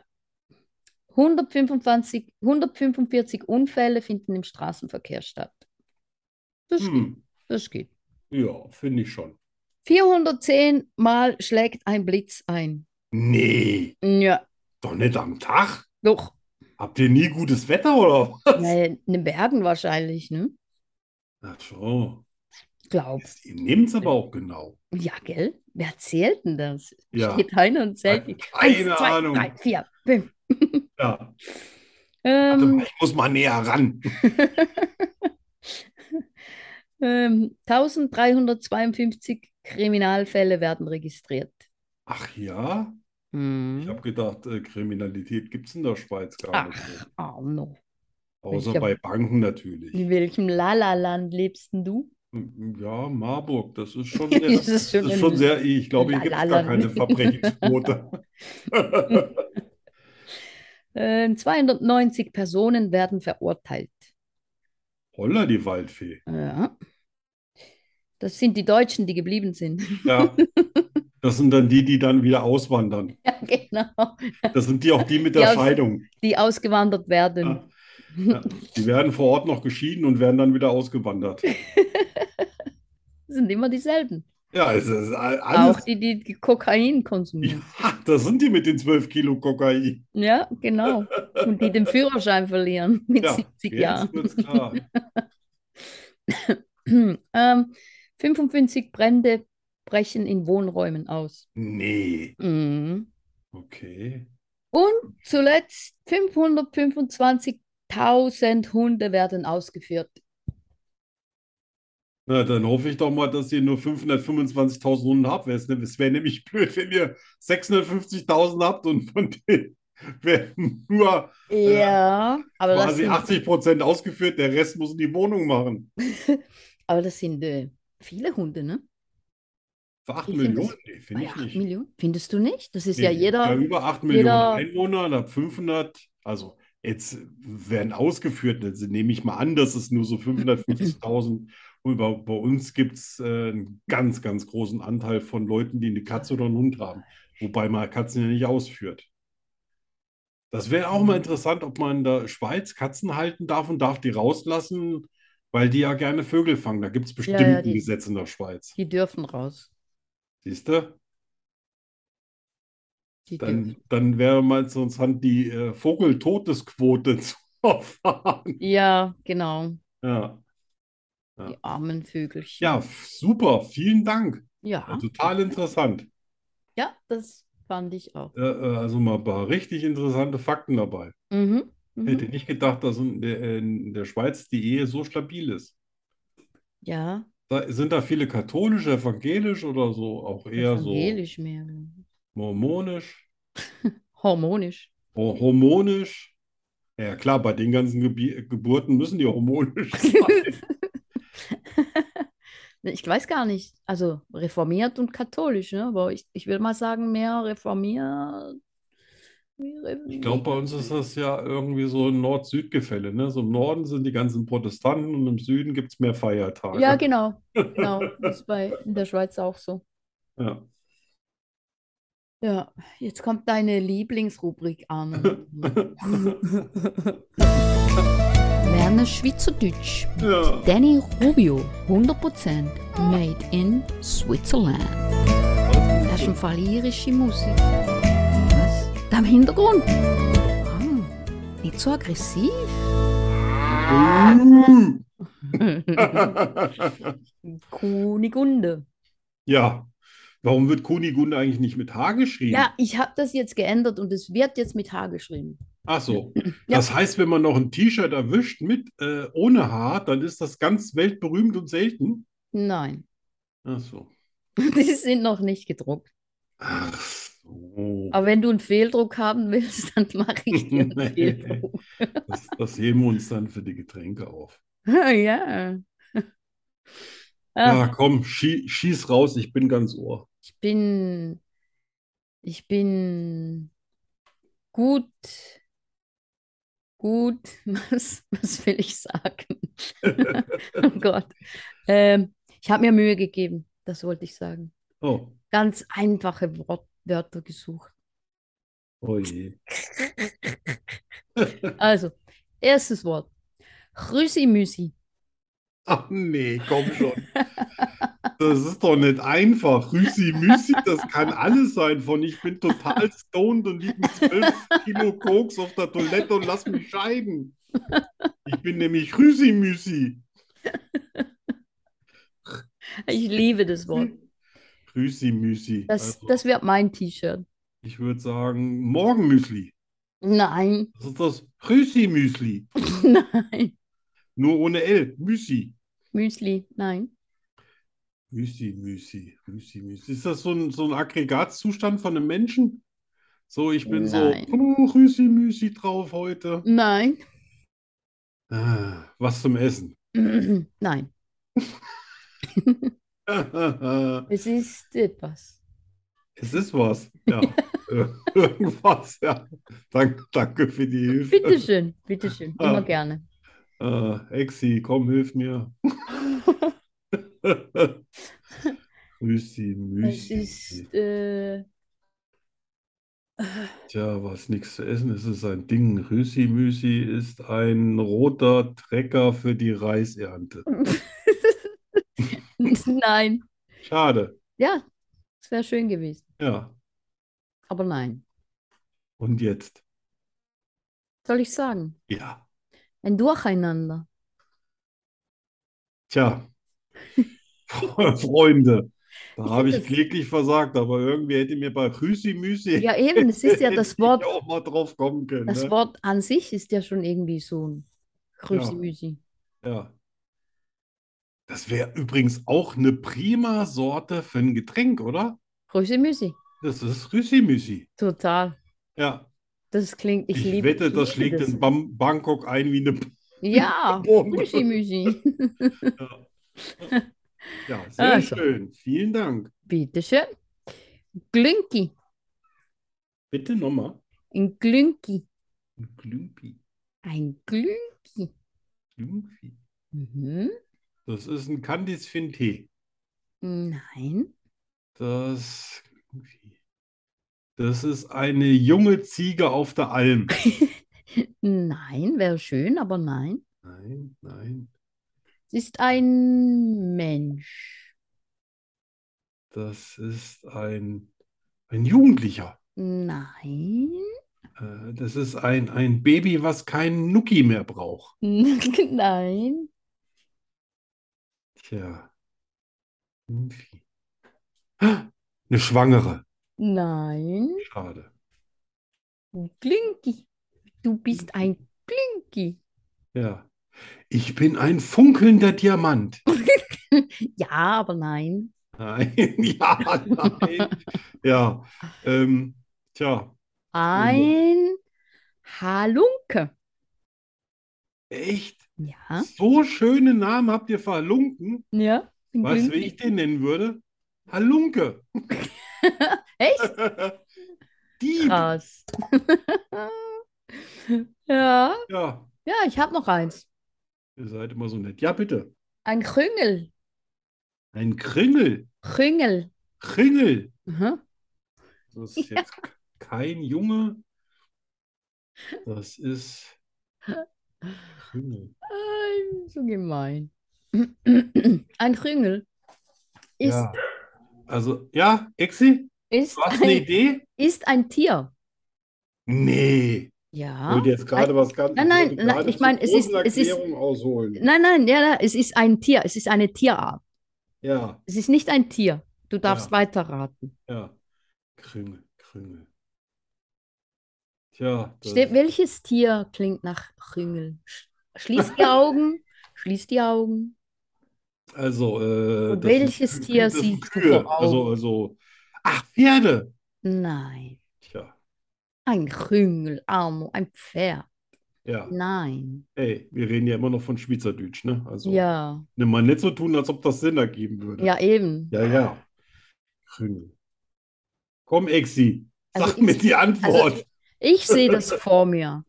Speaker 2: 125, 145 Unfälle finden im Straßenverkehr statt. Das geht,
Speaker 1: Hm,
Speaker 2: das geht.
Speaker 1: ja, finde ich schon.
Speaker 2: 410 Mal schlägt ein Blitz ein.
Speaker 1: Nee,
Speaker 2: Ja,
Speaker 1: doch nicht am Tag.
Speaker 2: <laughs> doch.
Speaker 1: Habt ihr nie gutes Wetter oder was?
Speaker 2: Na, in den Bergen wahrscheinlich, ne?
Speaker 1: Ach so.
Speaker 2: Glaub.
Speaker 1: Jetzt, Ihr nehmt es aber auch genau.
Speaker 2: Ja, gell? Wer zählt denn das?
Speaker 1: Ja.
Speaker 2: Steht einer und zählt die.
Speaker 1: Keine
Speaker 2: Eins, zwei,
Speaker 1: Ahnung.
Speaker 2: drei, vier, fünf.
Speaker 1: Ja, warte
Speaker 2: Ähm,
Speaker 1: mal, ich muss mal näher ran.
Speaker 2: ähm, 1352 Kriminalfälle werden registriert.
Speaker 1: Ach ja,
Speaker 2: Hm.
Speaker 1: ich habe gedacht, äh, Kriminalität gibt es in der Schweiz gar nicht.
Speaker 2: Ach,
Speaker 1: so.
Speaker 2: Arno.
Speaker 1: Außer
Speaker 2: ich hab-
Speaker 1: bei Banken natürlich. Hm,
Speaker 2: In welchem Lalaland lebst denn du?
Speaker 1: Ja, Marburg, das ist schon
Speaker 2: <laughs>
Speaker 1: sehr,
Speaker 2: Das ist schon
Speaker 1: das ist
Speaker 2: ein-
Speaker 1: schon sehr, ich glaube, hier gibt es gar keine
Speaker 2: Lalalala.
Speaker 1: Verbrechensquote.
Speaker 2: <laughs> Äh, 290 Personen werden verurteilt.
Speaker 1: Holla, die Waldfee.
Speaker 2: Ja. Das sind die Deutschen, die geblieben sind. <laughs>
Speaker 1: Ja, das sind dann die, die dann wieder auswandern.
Speaker 2: Ja, genau.
Speaker 1: Das sind die auch die mit der
Speaker 2: Die aus-
Speaker 1: Scheidung.
Speaker 2: Die ausgewandert werden.
Speaker 1: Ja. Ja, die werden vor Ort noch geschieden und werden dann wieder ausgewandert.
Speaker 2: Das sind immer dieselben.
Speaker 1: Ja, es ist a-
Speaker 2: Auch
Speaker 1: alles.
Speaker 2: die, die Kokain konsumieren.
Speaker 1: Ja, das sind die mit den 12 Kilo Kokain.
Speaker 2: Ja, genau. Und die den Führerschein verlieren <laughs> mit
Speaker 1: Ja,
Speaker 2: 70
Speaker 1: jetzt
Speaker 2: Jahren.
Speaker 1: wird's
Speaker 2: <laughs>
Speaker 1: klar.
Speaker 2: <clears throat> Ähm, 55 Brände brechen in Wohnräumen aus.
Speaker 1: Nee,
Speaker 2: Mhm.
Speaker 1: okay.
Speaker 2: Und zuletzt 525.000 Hunde werden ausgeführt.
Speaker 1: Na, dann hoffe ich doch mal, dass ihr nur 525.000 Runden habt. ne, Es wäre nämlich <laughs> blöd, wenn ihr 650.000 habt und von denen <laughs> werden nur
Speaker 2: Ja, aber das
Speaker 1: quasi
Speaker 2: sind,
Speaker 1: 80 Prozent ausgeführt. Der Rest muss in die Wohnung machen.
Speaker 2: aber das sind äh, viele Hunde, ne?
Speaker 1: Für 8
Speaker 2: Ich find
Speaker 1: Millionen?
Speaker 2: das-
Speaker 1: Nee, finde
Speaker 2: Bei
Speaker 1: ich
Speaker 2: acht
Speaker 1: nicht.
Speaker 2: Millionen? Findest du nicht? Das ist ja
Speaker 1: Nee,
Speaker 2: jeder.
Speaker 1: ja, über 8 Millionen
Speaker 2: jeder-
Speaker 1: Einwohner, da 500, also jetzt werden ausgeführt, also nehme ich mal an, dass es nur so 550.000 <laughs> und bei, bei uns gibt es äh, einen ganz, ganz großen Anteil von Leuten, die eine Katze oder einen Hund haben, wobei man Katzen ja nicht ausführt. Das wäre auch
Speaker 2: Mhm.
Speaker 1: mal interessant, ob man in der Schweiz Katzen halten darf und darf die rauslassen, weil die ja gerne Vögel fangen. Da gibt es
Speaker 2: ja,
Speaker 1: bestimmt ein
Speaker 2: die-
Speaker 1: Gesetz in der Schweiz.
Speaker 2: Die dürfen raus.
Speaker 1: Siehst du?
Speaker 2: Die dürfen.
Speaker 1: Dann, dann wäre mal so interessant, die äh, Vogeltodesquote <laughs> zu erfahren.
Speaker 2: Ja, genau.
Speaker 1: Ja.
Speaker 2: Die armen Vögelchen.
Speaker 1: Ja, Also- f- super, vielen Dank.
Speaker 2: Ja,
Speaker 1: Total interessant.
Speaker 2: ja, das fand ich auch.
Speaker 1: Äh, äh, also mal ein paar richtig interessante Fakten dabei.
Speaker 2: Mhm,
Speaker 1: Hätte
Speaker 2: mhm.
Speaker 1: nicht gedacht, dass in der, in der Schweiz die Ehe so stabil ist.
Speaker 2: Ja,
Speaker 1: Da, sind da viele katholisch, evangelisch oder so? Auch eher so
Speaker 2: evangelisch mehr.
Speaker 1: mormonisch,
Speaker 2: Hormonisch.
Speaker 1: ho- hormonisch. Ja, klar, bei den ganzen Gebi Geburten müssen die
Speaker 2: <laughs>
Speaker 1: hormonisch sein.
Speaker 2: Ich weiß gar nicht. Also reformiert und katholisch, ne? Aber ich, ich würde mal sagen, mehr reformiert.
Speaker 1: Ich glaube, bei uns ist das ja irgendwie so ein Nord-Süd-Gefälle, ne? So im Norden sind die ganzen Protestanten und im Süden gibt es mehr Feiertage.
Speaker 2: Ja, genau. Genau. Das ist bei, in der Schweiz auch so. <laughs>
Speaker 1: Ja.
Speaker 2: Ja, jetzt kommt deine Lieblingsrubrik, Arne.
Speaker 3: Lerne Schweizerdeutsch.
Speaker 1: Ja.
Speaker 3: Danny Rubio, 100% made in Switzerland. Das ist im Fall irische Musik. Was? Da im Hintergrund? Ah, nicht so aggressiv.
Speaker 2: Kunigunde.
Speaker 1: <laughs> Ja. Warum wird Kunigunde eigentlich nicht mit H geschrieben?
Speaker 2: Ja, ich habe das jetzt geändert und es wird jetzt mit H geschrieben.
Speaker 1: Ach so. Das heißt, wenn man noch ein T-Shirt erwischt mit äh, ohne Haar, dann ist das ganz weltberühmt und selten.
Speaker 2: Nein,
Speaker 1: Ach so.
Speaker 2: <laughs> die sind noch nicht gedruckt.
Speaker 1: Ach so.
Speaker 2: Aber wenn du einen Fehldruck haben willst, dann mache ich dir einen
Speaker 1: Nee.
Speaker 2: Fehldruck. <laughs>
Speaker 1: Das, das heben wir uns dann für die Getränke auf.
Speaker 2: ja.
Speaker 1: Ja,
Speaker 2: Ah,
Speaker 1: komm, schie schieß raus, ich bin ganz Ohr.
Speaker 2: ich bin, ich bin gut, gut, <laughs> was, was will ich sagen? Oh Gott. Ähm, ich habe mir Mühe gegeben, das wollte ich sagen.
Speaker 1: Oh,
Speaker 2: Ganz einfache Wort, Wörter gesucht.
Speaker 1: oh je.
Speaker 2: Also, erstes Wort. Rüsi-Müsi.
Speaker 1: <laughs> Ach nee, komm schon. <laughs> Das ist doch nicht einfach. Rüsi Müsi, das kann alles sein von ich bin total stoned und lieg mit
Speaker 2: <laughs>
Speaker 1: 12 Kilo Koks auf der Toilette und lass mich scheiden. Ich bin nämlich Rüsi Müsi.
Speaker 2: Ich liebe das Wort.
Speaker 1: Hm? Rüsi Müsi.
Speaker 2: Hm. Das,
Speaker 1: Also,
Speaker 2: das wird mein T-Shirt.
Speaker 1: ich würde sagen Morgenmüsli.
Speaker 2: Nein, <laughs>
Speaker 1: Das ist das Rüsi Müsli.
Speaker 2: nein.
Speaker 1: Nur ohne L. Müsi.
Speaker 2: Müsli, nein.
Speaker 1: Müsi, Müsi, Müsi, Müsi. Ist das so ein, so ein Aggregatzustand von einem Menschen? So, ich bin so,
Speaker 2: Nein.
Speaker 1: oh, Rüsi, Müsi drauf heute.
Speaker 2: Nein. <clears throat>
Speaker 1: Ah, was zum Essen. <laughs>
Speaker 2: Nein.
Speaker 1: Es
Speaker 2: Es ist etwas.
Speaker 1: ist was.
Speaker 2: <laughs>
Speaker 1: Ja. Äh, Irgendwas, ja. Dank, danke für die Hilfe.
Speaker 2: Bitteschön, bitteschön.
Speaker 1: Ah.
Speaker 2: Immer gerne.
Speaker 1: Äh, Exi, komm, hilf
Speaker 2: <laughs>
Speaker 1: mir. Müsi,
Speaker 2: Es
Speaker 1: Müsi.
Speaker 2: ist, äh, <laughs>
Speaker 1: Tja, was nichts zu essen ist, ist ein Ding. Rüsi-Müsi ist ein roter Trecker für die Reisernte.
Speaker 2: nein.
Speaker 1: Schade.
Speaker 2: Ja, es wäre schön gewesen.
Speaker 1: Ja.
Speaker 2: Aber nein.
Speaker 1: Und jetzt?
Speaker 2: Soll ich sagen?
Speaker 1: Ja. <laughs>
Speaker 2: Ein Durcheinander. <laughs>
Speaker 1: Tja. <laughs> Freunde, da
Speaker 2: Ich
Speaker 1: habe
Speaker 2: find
Speaker 1: ich
Speaker 2: das-
Speaker 1: kläglich versagt, aber irgendwie hätte mir bei Rüsi-Müsi
Speaker 2: Ja, eben,
Speaker 1: <laughs>
Speaker 2: es ist ja
Speaker 1: hätte
Speaker 2: das
Speaker 1: ich
Speaker 2: Wort,
Speaker 1: auch mal drauf kommen können,
Speaker 2: das
Speaker 1: ne?
Speaker 2: Wort an sich ist ja schon irgendwie so ein Grüßi-Müsi.
Speaker 1: Ja. Das wäre übrigens auch eine prima Sorte für ein Getränk, oder?
Speaker 2: Grüßi-Müsi,
Speaker 1: Das ist Rüsi-Müsi.
Speaker 2: total.
Speaker 1: Ja.
Speaker 2: Das klingt, ich
Speaker 1: Ich
Speaker 2: liebe,
Speaker 1: wette,
Speaker 2: ich
Speaker 1: das
Speaker 2: liebe
Speaker 1: schlägt
Speaker 2: das.
Speaker 1: in Bam Bangkok ein wie eine
Speaker 2: Ja,
Speaker 1: Bombe.
Speaker 2: Grüßi-Müsi.
Speaker 1: Ja, sehr
Speaker 2: Also.
Speaker 1: schön. Vielen Dank.
Speaker 2: Bitteschön. Glünki,
Speaker 1: Bitte nochmal.
Speaker 2: ein Glünki,
Speaker 1: Ein Glümpi.
Speaker 2: ein Glünki.
Speaker 1: Glümpi.
Speaker 2: Mhm.
Speaker 1: Das ist ein Candice Fintee.
Speaker 2: Nein,
Speaker 1: Das, das ist eine junge Ziege auf der Alm.
Speaker 2: nein, wäre schön, aber nein.
Speaker 1: Nein, nein.
Speaker 2: Es ist ein Mensch.
Speaker 1: Das ist ein, ein Jugendlicher.
Speaker 2: Nein, <laughs>
Speaker 1: Äh, Das ist ein, ein Baby, was keinen Nuki mehr braucht.
Speaker 2: nein.
Speaker 1: Tja. Glümpi. Eine Schwangere.
Speaker 2: Nein,
Speaker 1: Schade.
Speaker 2: Glinki. Du bist ein Glinki.
Speaker 1: Ja. Ich bin ein funkelnder Diamant.
Speaker 2: Ja, aber nein.
Speaker 1: Nein, <laughs> ja, nein. Ja, ähm, tja,
Speaker 2: Ein Halunke.
Speaker 1: echt?
Speaker 2: Ja,
Speaker 1: So schöne Namen habt ihr verlunken.
Speaker 2: ja. Ein
Speaker 1: Weißt du, wie
Speaker 2: Glinki.
Speaker 1: ich den nennen würde? Halunke. <laughs>
Speaker 2: Echt
Speaker 1: Dieb.
Speaker 2: krass. <laughs> ja,
Speaker 1: Ja,
Speaker 2: ja, ich habe noch eins.
Speaker 1: ihr seid immer so nett. Ja, bitte.
Speaker 2: Ein Krüngel.
Speaker 1: Ein Kringel.
Speaker 2: Krüngel.
Speaker 1: Kringel.
Speaker 2: Mhm.
Speaker 1: Das ist jetzt kein Junge. Das ist Kringel.
Speaker 2: Ein, so gemein. <clears throat> Ein Krüngel ist,
Speaker 1: Ja. Also, ja, Exi,
Speaker 2: ist,
Speaker 1: du hast eine
Speaker 2: ein,
Speaker 1: Idee?
Speaker 2: ist ein Tier.
Speaker 1: Nee,
Speaker 2: Ja.
Speaker 1: wollte jetzt gerade was ganz.
Speaker 2: Ah? Nein, nein,
Speaker 1: wollte
Speaker 2: nein,
Speaker 1: gerade
Speaker 2: ich meine,
Speaker 1: zur
Speaker 2: es ist-
Speaker 1: großen
Speaker 2: es ist-
Speaker 1: Erklärung ausholen.
Speaker 2: Nein, nein, ja, ja, es ist ein Tier, es ist eine Tierart.
Speaker 1: Ja,
Speaker 2: Es ist nicht ein Tier. Du darfst
Speaker 1: Ja.
Speaker 2: weiterraten.
Speaker 1: Ja. Krümel, Krümel. Tja, das,
Speaker 2: Ste welches Tier klingt nach Krümel? Sch schließ
Speaker 1: <laughs>
Speaker 2: die Augen, schließ die Augen.
Speaker 1: also, äh,
Speaker 2: Und
Speaker 1: das sind
Speaker 2: welches
Speaker 1: Kü-
Speaker 2: Tier
Speaker 1: das sind
Speaker 2: siehst du
Speaker 1: Kühe.
Speaker 2: vor
Speaker 1: Also,
Speaker 2: Augen?
Speaker 1: also, ach, Pferde.
Speaker 2: Nein,
Speaker 1: Tja,
Speaker 2: ein Krümel, Armo, ein Pferd.
Speaker 1: ja.
Speaker 2: Nein.
Speaker 1: Ey, wir reden ja immer noch von Schweizerdeutsch, ne? Also,
Speaker 2: Ja,
Speaker 1: nimm mal nicht so tun, als ob das Sinn ergeben würde.
Speaker 2: ja, eben.
Speaker 1: Ja, ja. Krümel. Komm, Exi,
Speaker 2: Also
Speaker 1: sag
Speaker 2: ich-
Speaker 1: mir die Antwort.
Speaker 2: also- Ich sehe
Speaker 1: <laughs>
Speaker 2: das vor mir.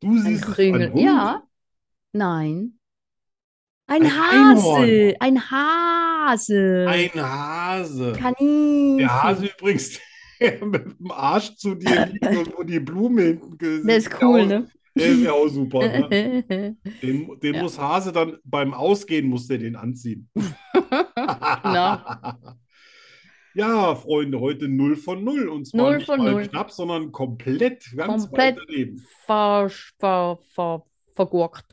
Speaker 1: du
Speaker 2: Ein
Speaker 1: siehst
Speaker 2: Krümel.
Speaker 1: einen Hund.
Speaker 2: Ja. Nein. Ein
Speaker 1: Ein
Speaker 2: Hase. Ein Hase.
Speaker 1: Ein Hase.
Speaker 2: Kaninchen.
Speaker 1: Der Hase übrigens, <laughs> der mit dem Arsch zu dir liegt und wo die Blume hinten
Speaker 2: Der ist cool, ne?
Speaker 1: Der ist ja auch super,
Speaker 2: <laughs>
Speaker 1: ne?
Speaker 2: Genau.
Speaker 1: Den, den
Speaker 2: Ja.
Speaker 1: muss Hase dann beim Ausgehen muss der den
Speaker 2: <laughs>
Speaker 1: anziehen. <laughs> Ja, Freunde, heute 0 von 0. Und zwar
Speaker 2: Null
Speaker 1: nicht
Speaker 2: von
Speaker 1: mal
Speaker 2: null.
Speaker 1: knapp, sondern komplett, ganz
Speaker 2: Komplett.
Speaker 1: weit daneben.
Speaker 2: Ver, ver, ver, vergurkt.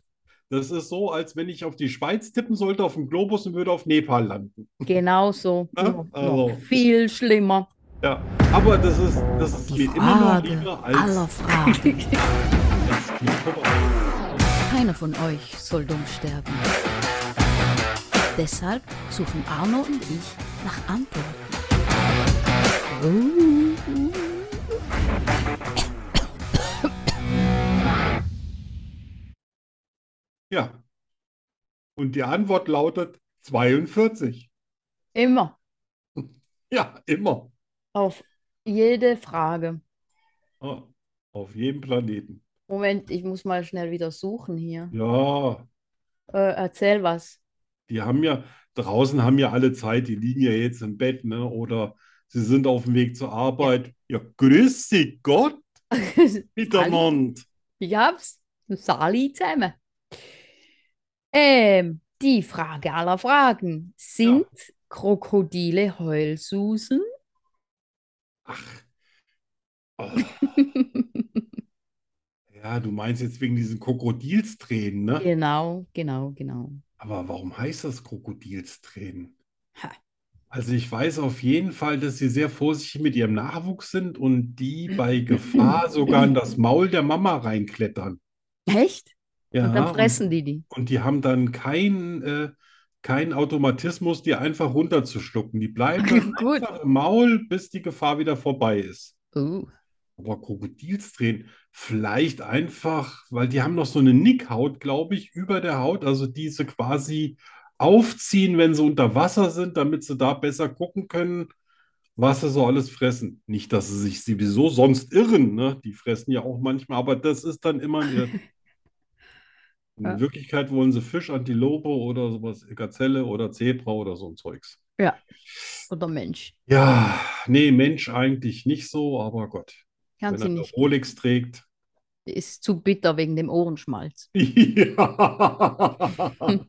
Speaker 1: Das ist so, als wenn ich auf die Schweiz tippen sollte, auf den Globus und würde auf Nepal landen.
Speaker 2: Genau so.
Speaker 1: Ja,
Speaker 2: Noch-
Speaker 1: also.
Speaker 2: Noch viel schlimmer.
Speaker 1: Ja, aber das ist, das ist
Speaker 3: Die
Speaker 1: mir immer noch
Speaker 3: Frage
Speaker 1: lieber als,
Speaker 3: aller Fragen.
Speaker 1: als Knieverband.
Speaker 3: Keiner von euch soll dumm sterben. Deshalb suchen Arno und ich nach Antworten.
Speaker 1: Ja. Und die Antwort lautet 42.
Speaker 2: Immer.
Speaker 1: Ja, immer.
Speaker 2: Auf jede Frage.
Speaker 1: Ah, auf jedem Planeten.
Speaker 2: Moment, ich muss mal schnell wieder suchen hier.
Speaker 1: Ja,
Speaker 2: Äh, erzähl was. <laughs>
Speaker 1: die haben ja, draußen haben ja alle Zeit, die liegen ja jetzt im Bett, ne? Oder sie sind auf dem Weg zur Arbeit. Ja, grüß Sie Gott, Petermond.
Speaker 2: Ich hab's. Sali zusammen. Ähm, die Frage aller Fragen. Sind Krokodile Heulsusen?
Speaker 1: Ach. Oh. Ja, du meinst jetzt wegen diesen Krokodilstränen, ne?
Speaker 2: Genau, genau, genau.
Speaker 1: Aber warum heißt das Krokodilstränen?
Speaker 2: Ha.
Speaker 1: Also ich weiß auf jeden Fall, dass sie sehr vorsichtig mit ihrem Nachwuchs sind und die bei
Speaker 2: <laughs>
Speaker 1: Gefahr sogar in das Maul der Mama reinklettern.
Speaker 2: Echt?
Speaker 1: Ja,
Speaker 2: Und dann fressen die die.
Speaker 1: und die haben dann keinen äh, keinen Automatismus, die einfach runterzuschlucken. Die bleiben dann
Speaker 2: <laughs> Gut.
Speaker 1: einfach im Maul, bis die Gefahr wieder vorbei ist.
Speaker 2: Uh,
Speaker 1: Aber Krokodilstränen, vielleicht einfach, weil die haben noch so eine Nickhaut, glaube ich, über der Haut, also diese quasi aufziehen, wenn sie unter Wasser sind, damit sie da besser gucken können, was sie so alles fressen. Nicht, dass sie sich sowieso sonst irren, ne? Die fressen ja auch manchmal, aber das ist dann immer ein
Speaker 2: <laughs>
Speaker 1: Irrtum. In
Speaker 2: Ja.
Speaker 1: Wirklichkeit wollen sie Fisch, Antilope oder sowas, Gazelle oder Zebra oder so ein Zeugs.
Speaker 2: oder Mensch.
Speaker 1: Ja, nee, Mensch eigentlich nicht so, aber Gott,
Speaker 2: Kann
Speaker 1: wenn
Speaker 2: sie
Speaker 1: er eine
Speaker 2: nicht.
Speaker 1: Rolex trägt.
Speaker 2: Ist zu bitter wegen dem Ohrenschmalz.
Speaker 1: Ja.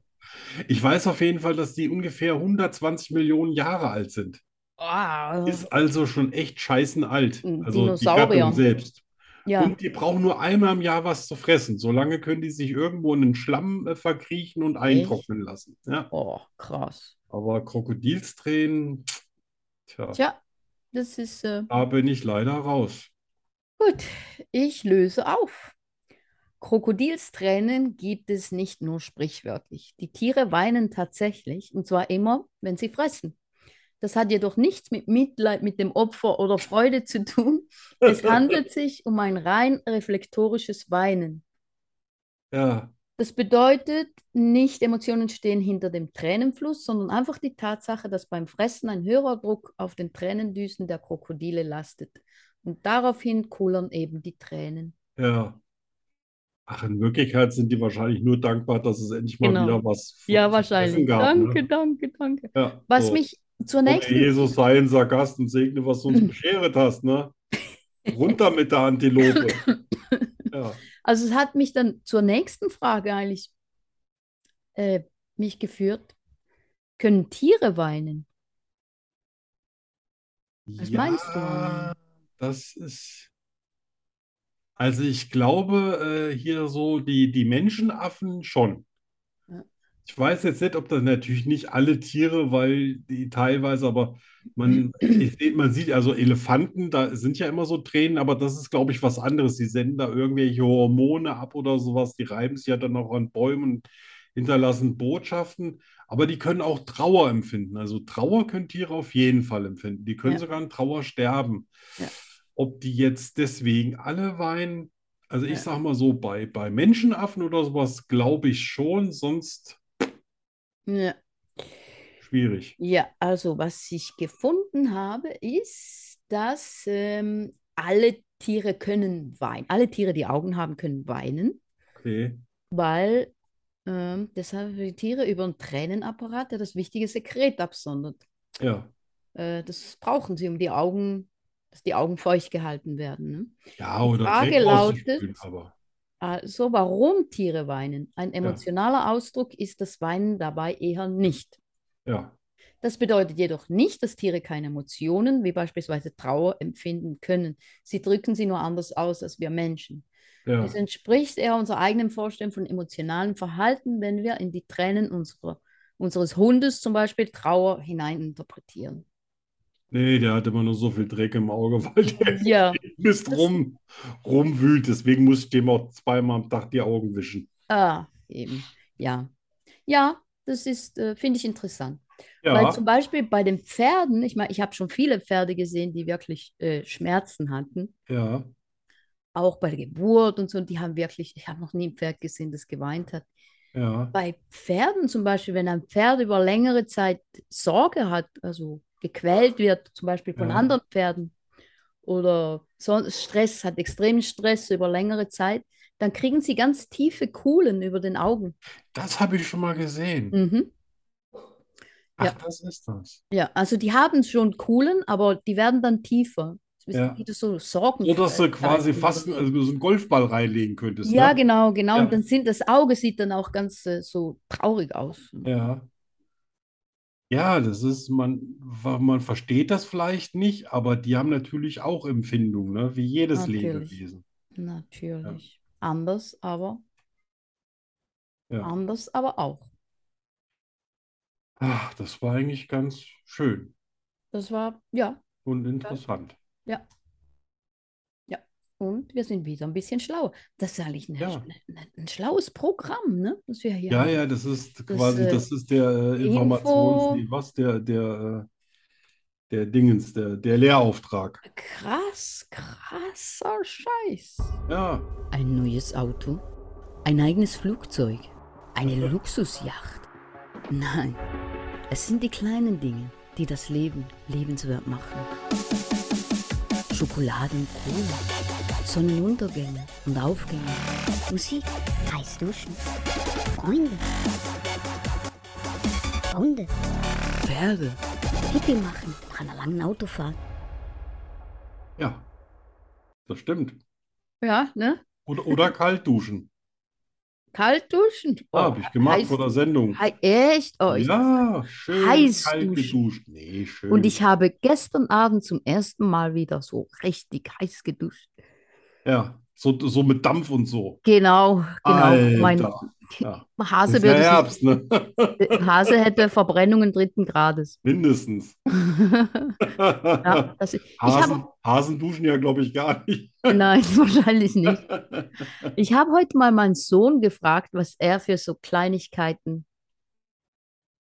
Speaker 1: Ich weiß auf jeden Fall, dass die ungefähr 120 Millionen Jahre alt sind.
Speaker 2: Ah,
Speaker 1: Ist also schon echt scheißen alt.
Speaker 2: Ein
Speaker 1: Also die
Speaker 2: Dinosaurier.
Speaker 1: Gattung selbst.
Speaker 2: ja,
Speaker 1: Und die brauchen nur einmal im Jahr was zu fressen. Solange können die sich irgendwo in den Schlamm äh, verkriechen und eintrocknen lassen. Ja.
Speaker 2: oh, krass.
Speaker 1: Aber Krokodilstränen, tja,
Speaker 2: Tja, das ist äh,
Speaker 1: da bin ich leider raus.
Speaker 2: Gut, ich löse auf. Krokodilstränen gibt es nicht nur sprichwörtlich. Die Tiere weinen tatsächlich, und zwar immer, wenn sie fressen. Das hat jedoch nichts mit Mitleid mit dem Opfer oder Freude zu tun. Es handelt sich um ein rein reflektorisches Weinen.
Speaker 1: <laughs> Ja,
Speaker 2: Das bedeutet, nicht Emotionen stehen hinter dem Tränenfluss, sondern einfach die Tatsache, dass beim Fressen ein höherer Druck auf den Tränendüsen der Krokodile lastet. Und daraufhin kullern eben die Tränen.
Speaker 1: ja. Ach, in Wirklichkeit sind die wahrscheinlich nur dankbar, dass es endlich mal
Speaker 2: Genau.
Speaker 1: wieder was
Speaker 2: Ja,
Speaker 1: zu fressen
Speaker 2: wahrscheinlich.
Speaker 1: gab, ne?
Speaker 2: Danke, danke, danke.
Speaker 1: Ja,
Speaker 2: Was
Speaker 1: so.
Speaker 2: mich zur
Speaker 1: Komm,
Speaker 2: nächsten,
Speaker 1: Herr Jesus, sei unser Gast und segne, was du uns
Speaker 2: <laughs>
Speaker 1: beschert hast, ne? Runter mit der
Speaker 2: <laughs>
Speaker 1: Antilope. Ja,
Speaker 2: also es hat mich dann zur nächsten Frage eigentlich äh, mich geführt. Können Tiere weinen? Was
Speaker 1: ja,
Speaker 2: meinst du?
Speaker 1: das ist. Also ich glaube, äh, hier so die, die Menschenaffen schon.
Speaker 2: Ja.
Speaker 1: Ich weiß jetzt nicht, ob das natürlich nicht alle Tiere, weil die teilweise, aber
Speaker 2: <clears throat>
Speaker 1: man, ich seh, man sieht also Elefanten, da sind ja immer so Tränen, aber das ist, glaube ich, was anderes. Die senden da irgendwelche Hormone ab oder sowas, die reiben sich ja dann auch an Bäumen, hinterlassen Botschaften, aber die können auch Trauer empfinden. Also Trauer können Tiere auf jeden Fall empfinden. Die können
Speaker 2: Ja.
Speaker 1: sogar an Trauer sterben.
Speaker 2: Ja.
Speaker 1: Ob die jetzt deswegen alle weinen, also ich
Speaker 2: Ja.
Speaker 1: sag mal so, bei, bei Menschenaffen oder sowas glaube ich schon, sonst.
Speaker 2: Ja.
Speaker 1: Schwierig.
Speaker 2: Ja, also was ich gefunden habe, ist, dass ähm, alle Tiere können weinen. Alle Tiere, die Augen haben, können weinen,
Speaker 1: Okay.
Speaker 2: weil ähm, deshalb die Tiere über einen Tränenapparat, der das wichtige Sekret absondert.
Speaker 1: Ja.
Speaker 2: Äh, das brauchen sie, um die Augen, dass die Augen feucht gehalten werden. Ne?
Speaker 1: Ja, oder
Speaker 2: Frage
Speaker 1: direkt
Speaker 2: lautet-
Speaker 1: auszuspülen, aber
Speaker 2: Also, warum Tiere weinen? Ein emotionaler Ausdruck ist das Weinen dabei eher nicht.
Speaker 1: ja.
Speaker 2: Das bedeutet jedoch nicht, dass Tiere keine Emotionen, wie beispielsweise Trauer, empfinden können. Sie drücken sie nur anders aus als wir Menschen.
Speaker 1: Ja.
Speaker 2: Es entspricht eher unserer eigenen Vorstellung von emotionalem Verhalten, wenn wir in die Tränen unserer, unseres Hundes zum Beispiel Trauer hineininterpretieren.
Speaker 1: Nee, der hat immer nur so viel Dreck im Auge, <laughs> weil der
Speaker 2: Ja,
Speaker 1: Mist rum, rumwühlt. Deswegen muss ich dem auch zweimal am Tag die Augen wischen.
Speaker 2: ah, eben, ja. Ja, das ist, äh, finde ich interessant. Weil
Speaker 1: Ja,
Speaker 2: zum Beispiel bei den Pferden, ich meine, ich habe schon viele Pferde gesehen, die wirklich äh, Schmerzen hatten.
Speaker 1: ja.
Speaker 2: auch bei der Geburt und so, und die haben wirklich, ich habe noch nie ein Pferd gesehen, das geweint hat.
Speaker 1: Ja,
Speaker 2: Bei Pferden zum Beispiel, wenn ein Pferd über längere Zeit Sorge hat, also gequält wird, zum Beispiel von
Speaker 1: Ja.
Speaker 2: anderen Pferden, oder sonst Stress hat, extremen Stress über längere Zeit, dann kriegen sie ganz tiefe Kuhlen über den Augen.
Speaker 1: das habe ich schon mal gesehen.
Speaker 2: Mhm.
Speaker 1: Ach,
Speaker 2: Ja.
Speaker 1: das ist das.
Speaker 2: Ja, also die haben schon Kuhlen, aber die werden dann tiefer. Das ist
Speaker 1: Ja.
Speaker 2: wieder so Sorgen.
Speaker 1: So, dass du quasi fast also so einen Golfball reinlegen könntest,
Speaker 2: Ja,
Speaker 1: ne?
Speaker 2: genau, genau.
Speaker 1: Ja.
Speaker 2: Und dann sind das Auge sieht dann auch ganz äh, so traurig aus.
Speaker 1: Ja. Ja, das ist, man, man versteht das vielleicht nicht, aber die haben natürlich auch Empfindungen, ne? Wie jedes
Speaker 2: Natürlich.
Speaker 1: Lebewesen.
Speaker 2: Natürlich. Anders, aber
Speaker 1: Ja.
Speaker 2: anders, aber auch.
Speaker 1: Ach, das war eigentlich ganz schön
Speaker 2: Das war, ja,
Speaker 1: und interessant.
Speaker 2: und wir sind wieder ein bisschen schlau. Das ist eigentlich ne eine,
Speaker 1: Ja.
Speaker 2: eine, ein schlaues Programm, ne? Das wir hier
Speaker 1: Ja,
Speaker 2: haben.
Speaker 1: ja, das ist quasi,
Speaker 2: äh,
Speaker 1: das ist der äh,
Speaker 2: Info-
Speaker 1: Informations, nee, was, der, der, äh, der Dingens, der, der Lehrauftrag.
Speaker 2: Krass, krasser Scheiß.
Speaker 1: Ja,
Speaker 3: Ein neues Auto? Ein eigenes Flugzeug? Eine Luxusjacht? Nein, es sind die kleinen Dinge, die das Leben lebenswert machen. Schokolade und Cola, Sonnenuntergänge und Aufgänge, Musik,
Speaker 5: Heiß duschen. Freunde. Hunde.
Speaker 3: Pferde.
Speaker 5: Pipi machen nach einer langen Autofahrt.
Speaker 1: ja, das stimmt.
Speaker 2: Ja, ne?
Speaker 1: Oder, oder kalt duschen.
Speaker 2: Kalt duschen.
Speaker 1: Ah, habe ich gemacht vor der Sendung.
Speaker 2: Hei- Echt? Oh, ich,
Speaker 1: Ja, schön
Speaker 2: Heiß
Speaker 1: kalt
Speaker 2: duschen.
Speaker 1: geduscht. Nee, schön.
Speaker 2: Und ich habe gestern Abend zum ersten Mal wieder so richtig heiß geduscht.
Speaker 1: Ja, so, so mit Dampf und so.
Speaker 2: Genau, genau. Mein
Speaker 1: Alter. Ja,
Speaker 2: Hase
Speaker 1: ist
Speaker 2: würde
Speaker 1: ja
Speaker 2: sich, äh,
Speaker 1: Herbst, ne?
Speaker 2: Hase hätte Verbrennungen dritten Grades.
Speaker 1: Mindestens.
Speaker 2: <laughs>
Speaker 1: <laughs>
Speaker 2: Ja, das, ich
Speaker 1: Hasen,
Speaker 2: habe,
Speaker 1: Hasen duschen ja, glaube ich, gar nicht. <laughs>
Speaker 2: <laughs> nein, wahrscheinlich nicht. Ich habe heute mal meinen Sohn gefragt, was er für so Kleinigkeiten,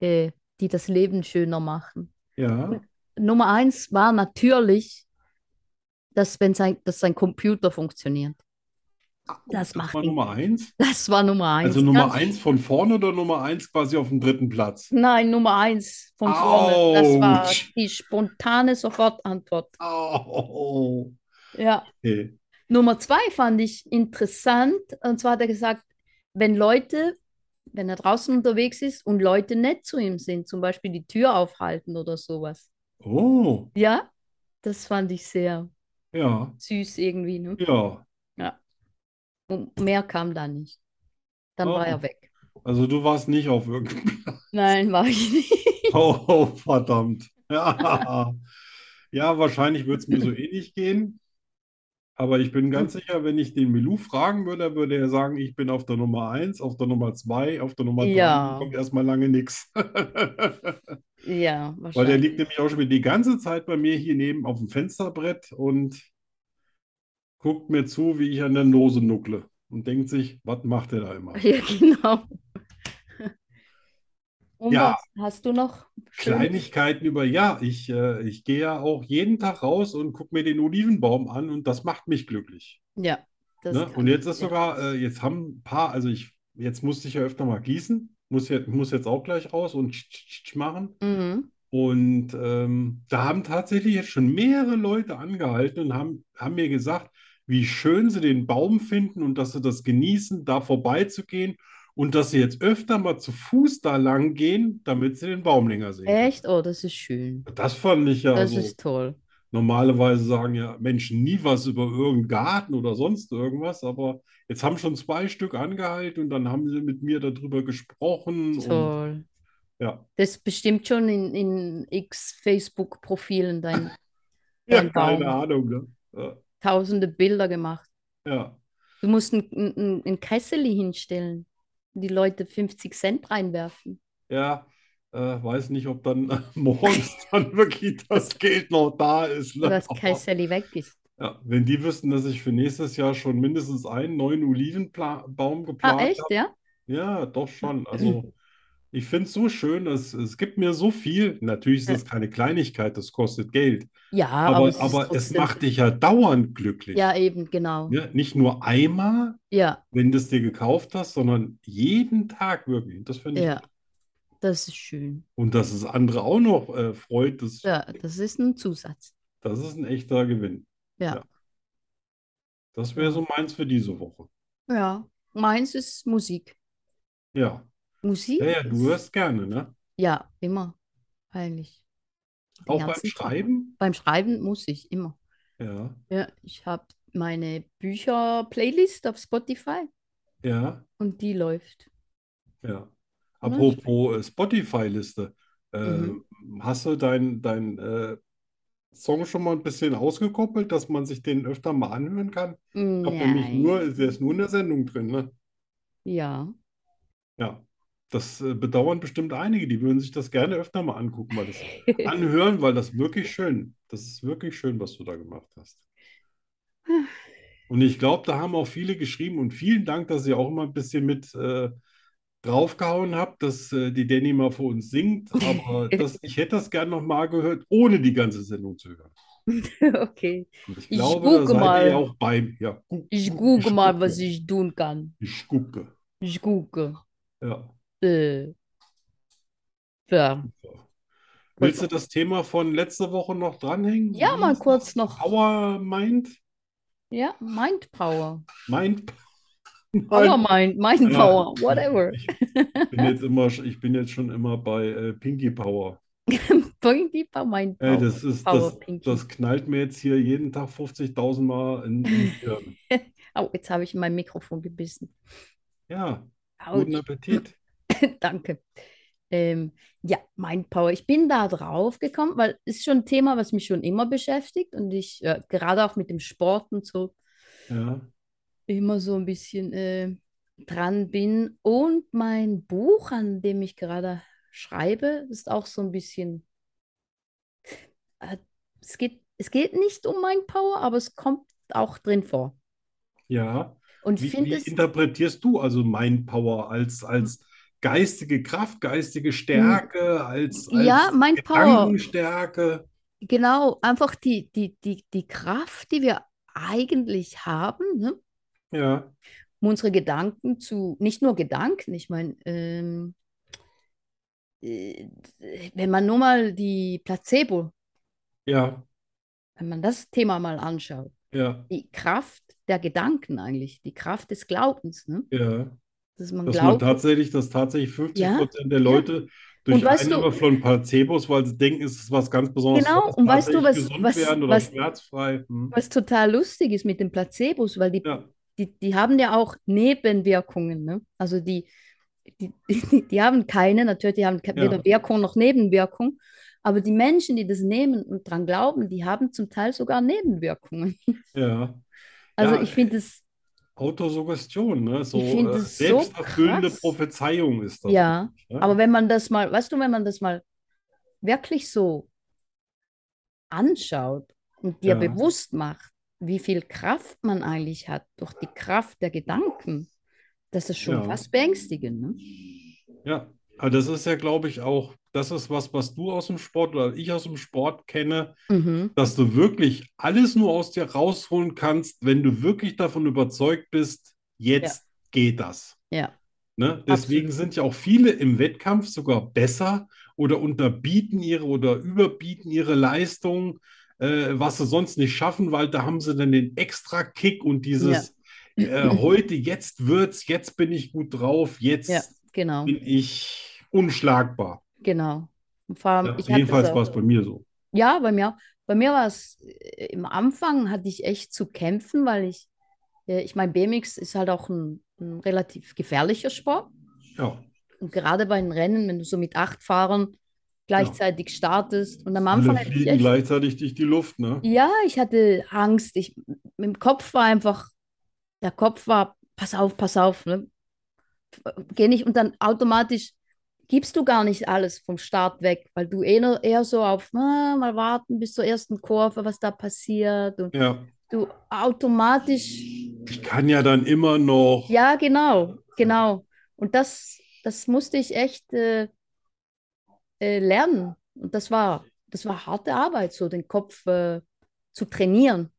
Speaker 2: äh, die das Leben schöner machen.
Speaker 1: Ja,
Speaker 2: Nummer eins war natürlich, dass wenn sein, dass sein Computer funktioniert. Das macht
Speaker 1: war
Speaker 2: ihn.
Speaker 1: Nummer eins.
Speaker 2: Das war Nummer eins.
Speaker 1: Also Nummer
Speaker 2: Ganz-
Speaker 1: eins von vorne oder Nummer eins quasi auf dem dritten Platz?
Speaker 2: Nein, Nummer eins von vorne. Das war
Speaker 1: Autsch.
Speaker 2: die spontane Sofortantwort.
Speaker 1: Oh,
Speaker 2: Ja.
Speaker 1: okay.
Speaker 2: Nummer zwei fand ich interessant. Und zwar hat er gesagt, wenn Leute, wenn er draußen unterwegs ist und Leute nett zu ihm sind, zum Beispiel die Tür aufhalten oder sowas.
Speaker 1: Oh,
Speaker 2: Ja, das fand ich sehr
Speaker 1: ja,
Speaker 2: süß irgendwie. Ne?
Speaker 1: ja.
Speaker 2: Und mehr kam da nicht. Dann war
Speaker 1: Oh.
Speaker 2: er weg.
Speaker 1: Also du warst nicht auf irgendeinem Platz.
Speaker 2: Nein, war ich nicht.
Speaker 1: <laughs> Oh, <laughs> verdammt. Ja, ja wahrscheinlich wird es mir so ähnlich gehen. Aber ich bin ganz sicher, wenn ich den Milou fragen würde, würde er sagen, ich bin auf der Nummer 1, auf der Nummer 2, auf der Nummer 3.
Speaker 2: Ja.
Speaker 1: Kommt erstmal lange <laughs> nichts.
Speaker 2: Ja, wahrscheinlich. <laughs>
Speaker 1: Weil der liegt nämlich auch schon wieder die ganze Zeit bei mir hier neben auf dem Fensterbrett und guckt mir zu, wie ich an der Nose nuckle und denkt sich, was macht der da immer?
Speaker 2: Ja, genau. Und
Speaker 1: Ja.
Speaker 2: was hast du noch? Schön.
Speaker 1: Kleinigkeiten über, ja, ich, äh, ich gehe ja auch jeden Tag raus und gucke mir den Olivenbaum an und das macht mich glücklich.
Speaker 2: Ja, das
Speaker 1: Ne?
Speaker 2: kann
Speaker 1: Und jetzt
Speaker 2: ich,
Speaker 1: ist
Speaker 2: ja.
Speaker 1: sogar, äh, jetzt haben ein paar, also ich, jetzt musste ich ja öfter mal gießen, muss, ja, muss jetzt auch gleich raus und tsch, tsch, tsch machen.
Speaker 2: Mhm.
Speaker 1: Und ähm, da haben tatsächlich jetzt schon mehrere Leute angehalten und haben, haben mir gesagt, wie schön sie den Baum finden und dass sie das genießen, da vorbeizugehen und dass sie jetzt öfter mal zu Fuß da lang gehen, damit sie den Baum länger sehen können.
Speaker 2: Echt? Oh, das ist schön.
Speaker 1: Das fand ich ja
Speaker 2: Das
Speaker 1: so.
Speaker 2: ist toll.
Speaker 1: Normalerweise sagen ja Menschen nie was über irgendeinen Garten oder sonst irgendwas, aber jetzt haben schon zwei Stück angehalten und dann haben sie mit mir darüber gesprochen und
Speaker 2: Toll.
Speaker 1: ja.
Speaker 2: Das ist bestimmt schon in, in x Facebook-Profilen dein
Speaker 1: <laughs> Ja,
Speaker 2: Ein
Speaker 1: keine
Speaker 2: Baum.
Speaker 1: Ahnung, ne? Ja,
Speaker 2: tausende Bilder gemacht.
Speaker 1: ja.
Speaker 2: Du musst ein, ein, ein Kesseli hinstellen, die Leute 50
Speaker 1: <laughs>
Speaker 2: Cent reinwerfen.
Speaker 1: Ja, äh, weiß nicht, ob dann <laughs> äh, morgens dann wirklich das Geld noch da ist, ne?
Speaker 2: dass
Speaker 1: Aber,
Speaker 2: Kesseli weg ist.
Speaker 1: ja, wenn die wüssten, dass ich für nächstes Jahr schon mindestens einen neuen Olivenbaum
Speaker 2: Ah,
Speaker 1: geplant
Speaker 2: echt, ja?
Speaker 1: Ja, doch
Speaker 2: <laughs>
Speaker 1: schon. Also, ich finde es so schön, es, es gibt mir so viel. Natürlich ist das keine Kleinigkeit, das kostet Geld.
Speaker 2: Ja,
Speaker 1: Aber,
Speaker 2: aber es ist
Speaker 1: aber es
Speaker 2: trotzdem.
Speaker 1: macht dich ja dauernd glücklich.
Speaker 2: Ja, eben, genau.
Speaker 1: Ne? Nicht nur einmal,
Speaker 2: Ja,
Speaker 1: wenn du es dir gekauft hast, sondern jeden Tag wirklich. Das finde ich.
Speaker 2: ja. Das ist schön.
Speaker 1: Und dass es andere auch noch äh, freut, das,
Speaker 2: Ja, das ist ein Zusatz.
Speaker 1: das ist ein echter Gewinn.
Speaker 2: Ja.
Speaker 1: Das wäre so meins für diese Woche.
Speaker 2: Ja, meins ist Musik.
Speaker 1: Ja.
Speaker 2: Musik
Speaker 1: Ja, ja, du
Speaker 2: ist,
Speaker 1: hörst gerne, ne?
Speaker 2: ja, immer, eigentlich. Den
Speaker 1: Auch beim
Speaker 2: ganzen Tag.
Speaker 1: Schreiben?
Speaker 2: Beim Schreiben muss ich immer.
Speaker 1: Ja.
Speaker 2: Ja, ich habe meine Bücher-Playlist auf Spotify
Speaker 1: Ja.
Speaker 2: und die läuft.
Speaker 1: Ja. Apropos äh, Spotify-Liste, ähm, hast du dein, dein äh, Song schon mal ein bisschen ausgekoppelt, dass man sich den öfter mal anhören kann? Ich habe nämlich nur,
Speaker 2: Nein.
Speaker 1: der ist nur in der Sendung drin, ne?
Speaker 2: Ja,
Speaker 1: Ja. Das äh, bedauern bestimmt einige, die würden sich das gerne öfter mal angucken, weil das anhören, weil das wirklich schön, das ist wirklich schön, was du da gemacht hast. Und ich glaube, da haben auch viele geschrieben und vielen Dank, dass ihr auch immer ein bisschen mit äh, draufgehauen habt, dass äh, die Danny mal für uns singt.
Speaker 2: <laughs>
Speaker 1: Aber das, ich hätte das gern nochmal gehört, ohne die ganze Sendung zu hören.
Speaker 2: <laughs> okay.
Speaker 1: Und ich
Speaker 2: Ich
Speaker 1: glaube, da
Speaker 2: gucke
Speaker 1: seid
Speaker 2: mal.
Speaker 1: ihr auch beim. Ja, gu-
Speaker 2: Ich
Speaker 1: gu-
Speaker 2: gucke mal,
Speaker 1: gucke.
Speaker 2: was ich tun kann.
Speaker 1: Ich gucke.
Speaker 2: Ich gucke.
Speaker 1: Ja.
Speaker 2: Äh. Ja,
Speaker 1: Willst du das Thema von letzter Woche noch dranhängen?
Speaker 2: ja,
Speaker 1: Wie
Speaker 2: mal
Speaker 1: ist
Speaker 2: kurz
Speaker 1: das?
Speaker 2: noch.
Speaker 1: Power Mind?
Speaker 2: Ja, Mind Power.
Speaker 1: Mind?
Speaker 2: Power Mind, Mind
Speaker 1: Ja.
Speaker 2: Power, whatever.
Speaker 1: Ich bin jetzt immer, ich bin jetzt schon immer bei äh, Pinky Power.
Speaker 2: Pinky Power, Mind
Speaker 1: Ey,
Speaker 2: Power.
Speaker 1: Äh, das ist,
Speaker 2: Power
Speaker 1: das,
Speaker 2: Pinky.
Speaker 1: das knallt mir jetzt hier jeden Tag 50.000 Mal in, in die Birne.
Speaker 2: Au, jetzt habe ich in mein Mikrofon gebissen.
Speaker 1: Ja,
Speaker 2: Au,
Speaker 1: guten Appetit.
Speaker 2: danke. Ähm, ja, Mind Power. Ich bin da drauf gekommen, weil es ist schon ein Thema, was mich schon immer beschäftigt und ich äh, gerade auch mit dem Sport und so
Speaker 1: Ja,
Speaker 2: immer so ein bisschen äh, dran bin. Und mein Buch, an dem ich gerade schreibe, ist auch so ein bisschen. Äh, es geht, es geht nicht um mein Power, aber es kommt auch drin vor.
Speaker 1: ja.
Speaker 2: Und
Speaker 1: Wie,
Speaker 2: finde
Speaker 1: wie
Speaker 2: es,
Speaker 1: interpretierst du also Mind Power als, als geistige Kraft, geistige Stärke, als, als
Speaker 2: ja, Mind Power,
Speaker 1: Gedankenstärke?
Speaker 2: genau, einfach die, die, die, die Kraft, die wir eigentlich haben, ne?
Speaker 1: Ja,
Speaker 2: um unsere Gedanken zu, nicht nur Gedanken, ich meine, ähm, äh, wenn man nur mal die Placebo,
Speaker 1: ja,
Speaker 2: wenn man das Thema mal anschaut,
Speaker 1: ja,
Speaker 2: die Kraft der Gedanken eigentlich, die Kraft des Glaubens, ne?
Speaker 1: ja.
Speaker 2: dass man
Speaker 1: Dass man
Speaker 2: glaubt,
Speaker 1: tatsächlich, dass tatsächlich 50% der Leute
Speaker 2: Und
Speaker 1: durch
Speaker 2: weißt du-
Speaker 1: Einnahme von Placebos, weil sie denken, es ist was ganz Besonderes,
Speaker 2: Genau,
Speaker 1: was
Speaker 2: und weißt du,
Speaker 1: tatsächlich
Speaker 2: was-
Speaker 1: gesund
Speaker 2: was-
Speaker 1: werden oder
Speaker 2: was-
Speaker 1: schmerzfrei. Hm.
Speaker 2: was total lustig ist mit den Placebos, weil die,
Speaker 1: Ja,
Speaker 2: die, die haben ja auch Nebenwirkungen. Ne? Also die, die, <laughs> die, die haben keine, natürlich, die haben ke-
Speaker 1: Ja.
Speaker 2: weder Wirkung noch Nebenwirkung. Aber die Menschen, die das nehmen und dran glauben, die haben zum Teil sogar Nebenwirkungen. <laughs>
Speaker 1: ja.
Speaker 2: Also
Speaker 1: Ja,
Speaker 2: ich finde es,
Speaker 1: Autosuggestion, ne? So
Speaker 2: Ich find
Speaker 1: äh,
Speaker 2: das so
Speaker 1: selbsterfüllende
Speaker 2: krass.
Speaker 1: Prophezeiung ist das.
Speaker 2: ja,
Speaker 1: ne?
Speaker 2: aber wenn man das mal, weißt du, wenn man das mal wirklich so anschaut und dir
Speaker 1: Ja.
Speaker 2: bewusst macht, wie viel Kraft man eigentlich hat durch die Kraft der Gedanken, das ist schon
Speaker 1: Ja.
Speaker 2: fast beängstigend, ne?
Speaker 1: Ja, aber das ist ja, glaube ich, auch, das ist was, was du aus dem Sport oder ich aus dem Sport kenne,
Speaker 2: Mhm.
Speaker 1: dass du wirklich alles nur aus dir rausholen kannst, wenn du wirklich davon überzeugt bist, jetzt geht das.
Speaker 2: Ja.
Speaker 1: Ne? Deswegen sind ja auch viele im Wettkampf sogar besser oder unterbieten ihre oder überbieten ihre Leistung, äh, was sie sonst nicht schaffen, weil da haben sie dann den extra Kick und dieses äh,
Speaker 2: <laughs>
Speaker 1: heute, jetzt wird's, jetzt bin ich gut drauf, jetzt
Speaker 2: Ja, genau,
Speaker 1: bin ich unschlagbar.
Speaker 2: genau. Und vor allem,
Speaker 1: Ja,
Speaker 2: ich hatte
Speaker 1: jedenfalls
Speaker 2: das
Speaker 1: war
Speaker 2: auch.
Speaker 1: es bei mir so.
Speaker 2: Ja, bei mir, auch. bei mir war es, äh, im Anfang hatte ich echt zu kämpfen, weil ich, äh, ich meine, BMX ist halt auch ein, ein relativ gefährlicher Sport.
Speaker 1: Ja,
Speaker 2: Und gerade bei den Rennen, wenn du so mit acht Fahrern gleichzeitig startest. Und am Anfang
Speaker 1: alle
Speaker 2: hatte ich
Speaker 1: fliegen
Speaker 2: echt,
Speaker 1: gleichzeitig durch die Luft, ne?
Speaker 2: ja, ich hatte Angst. Ich, im Kopf war einfach, der Kopf war, pass auf, pass auf, ne? Geh nicht und dann automatisch gibst du gar nicht alles vom Start weg, weil du eher, eher so auf, ah, mal warten bis zur ersten Kurve, was da passiert. Und
Speaker 1: Ja,
Speaker 2: du automatisch,
Speaker 1: ich kann ja dann immer noch.
Speaker 2: ja, genau, genau. Und das, das musste ich echt äh, äh, lernen. Und das war, das war harte Arbeit, so den Kopf äh, zu trainieren.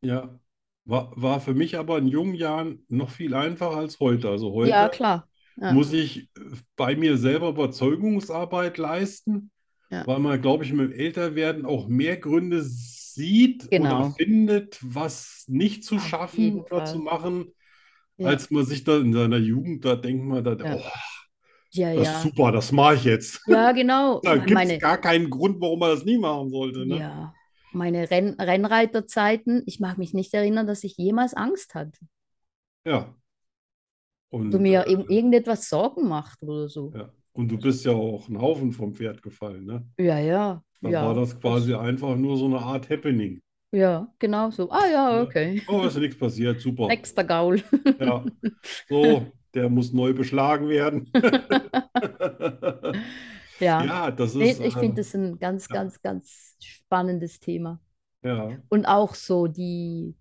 Speaker 1: Ja. War, war für mich aber in jungen Jahren noch viel einfacher als heute. Also heute
Speaker 2: Ja, klar. Ja.
Speaker 1: muss ich äh, bei mir selber Überzeugungsarbeit leisten,
Speaker 2: Ja.
Speaker 1: weil man, glaube ich, mit dem Älterwerden auch mehr Gründe sieht
Speaker 2: Genau.
Speaker 1: oder findet, was nicht zu
Speaker 2: Auf
Speaker 1: schaffen
Speaker 2: jeden
Speaker 1: oder zu
Speaker 2: Fall.
Speaker 1: machen,
Speaker 2: Ja.
Speaker 1: als man sich da in seiner Jugend, da denkt man dann,
Speaker 2: Ja.
Speaker 1: oh,
Speaker 2: Ja,
Speaker 1: das ist
Speaker 2: ja.
Speaker 1: super, das mache ich jetzt.
Speaker 2: Ja, genau.
Speaker 1: Da
Speaker 2: Ich
Speaker 1: gibt es
Speaker 2: meine,
Speaker 1: gar keinen Grund, warum man das nie machen sollte, ne?
Speaker 2: ja, meine Renn Rennreiterzeiten, ich mag mich nicht erinnern, dass ich jemals Angst hatte.
Speaker 1: Ja. Und,
Speaker 2: Du mir
Speaker 1: äh,
Speaker 2: ir- irgendetwas Sorgen macht oder so.
Speaker 1: ja. Und du bist ja auch einen Haufen vom Pferd gefallen, ne?
Speaker 2: Ja, ja,
Speaker 1: Da
Speaker 2: ja.
Speaker 1: war das quasi einfach nur so eine Art Happening.
Speaker 2: Ja, genau so. Ah
Speaker 1: Ja.
Speaker 2: ja, okay.
Speaker 1: Oh, ist ja nichts passiert, super.
Speaker 2: Nächster Gaul. <laughs>
Speaker 1: Ja, so, der muss neu beschlagen
Speaker 2: <laughs>
Speaker 1: werden. <laughs>
Speaker 2: Ja.
Speaker 1: Ja, das
Speaker 2: Nee,
Speaker 1: ist,
Speaker 2: ich
Speaker 1: äh,
Speaker 2: finde das ein ganz,
Speaker 1: ja.
Speaker 2: ganz, ganz spannendes Thema.
Speaker 1: ja,
Speaker 2: Und auch so die,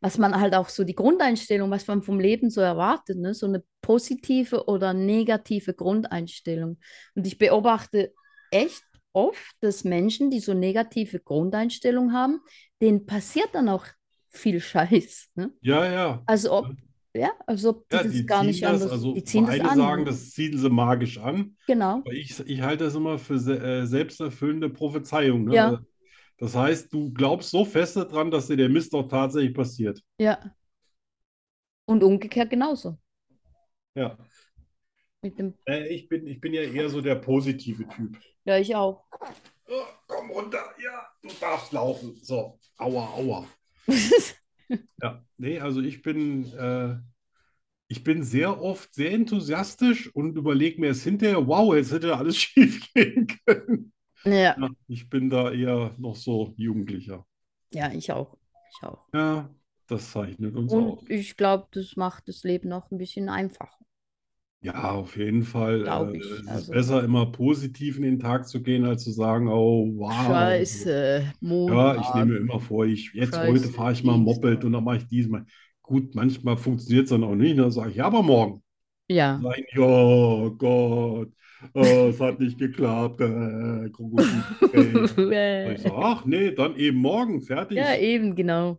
Speaker 2: was man halt auch so die Grundeinstellung, was man vom Leben so erwartet, ne? So eine positive oder negative Grundeinstellung. Und ich beobachte echt oft, dass Menschen, die so negative Grundeinstellung haben, denen passiert dann auch viel Scheiß, ne?
Speaker 1: ja, ja.
Speaker 2: Also ob, ja, also ob die
Speaker 1: Ja,
Speaker 2: das
Speaker 1: die
Speaker 2: gar
Speaker 1: ziehen
Speaker 2: nicht
Speaker 1: das,
Speaker 2: anders,
Speaker 1: also
Speaker 2: die ziehen das
Speaker 1: beide
Speaker 2: an,
Speaker 1: sagen,
Speaker 2: ne?
Speaker 1: das ziehen sie magisch an.
Speaker 2: Genau,
Speaker 1: Aber Ich, ich halte das immer für se äh, selbsterfüllende Prophezeiung, ne?
Speaker 2: Ja.
Speaker 1: Also, Das heißt, du glaubst so fest daran, dass dir der Mist auch tatsächlich passiert.
Speaker 2: ja. Und umgekehrt genauso.
Speaker 1: Ja.
Speaker 2: Mit dem,
Speaker 1: Äh, ich bin, ich bin ja eher so der positive Typ.
Speaker 2: ja, ich auch. <laughs>
Speaker 1: Oh, komm runter, ja, du darfst laufen. So, aua, aua. Ja, nee, also ich bin, äh, ich bin sehr oft sehr enthusiastisch und überlege mir es hinterher, wow, jetzt hätte alles <laughs> schief gehen können.
Speaker 2: Ja.
Speaker 1: Ja, ich bin da eher noch so Jugendlicher.
Speaker 2: Ja, ich auch. Ich auch.
Speaker 1: Ja, das zeichnet uns aus.
Speaker 2: Und ich glaube, das macht das Leben noch ein bisschen einfacher.
Speaker 1: Ja, auf jeden Fall.
Speaker 2: Glaub
Speaker 1: äh,
Speaker 2: ich,
Speaker 1: es ist
Speaker 2: also.
Speaker 1: besser, immer positiv in den Tag zu gehen, als zu sagen, oh, wow.
Speaker 2: Scheiße,
Speaker 1: Ja, ich
Speaker 2: Montag.
Speaker 1: nehme mir immer vor, ich jetzt
Speaker 2: Scheiße,
Speaker 1: heute fahre ich mal Moped
Speaker 2: Dienstag.
Speaker 1: und dann mache ich diesmal. Gut, manchmal funktioniert es dann auch nicht. Dann sage ich, ja, aber morgen. <laughs>
Speaker 2: Ja,
Speaker 1: Nein, oh Gott, oh, es hat nicht geklappt. Äh,
Speaker 2: <laughs>
Speaker 1: Krokodil. äh. Und ich
Speaker 2: ja,
Speaker 1: sage, ach nee, dann eben morgen, fertig.
Speaker 2: eben, genau.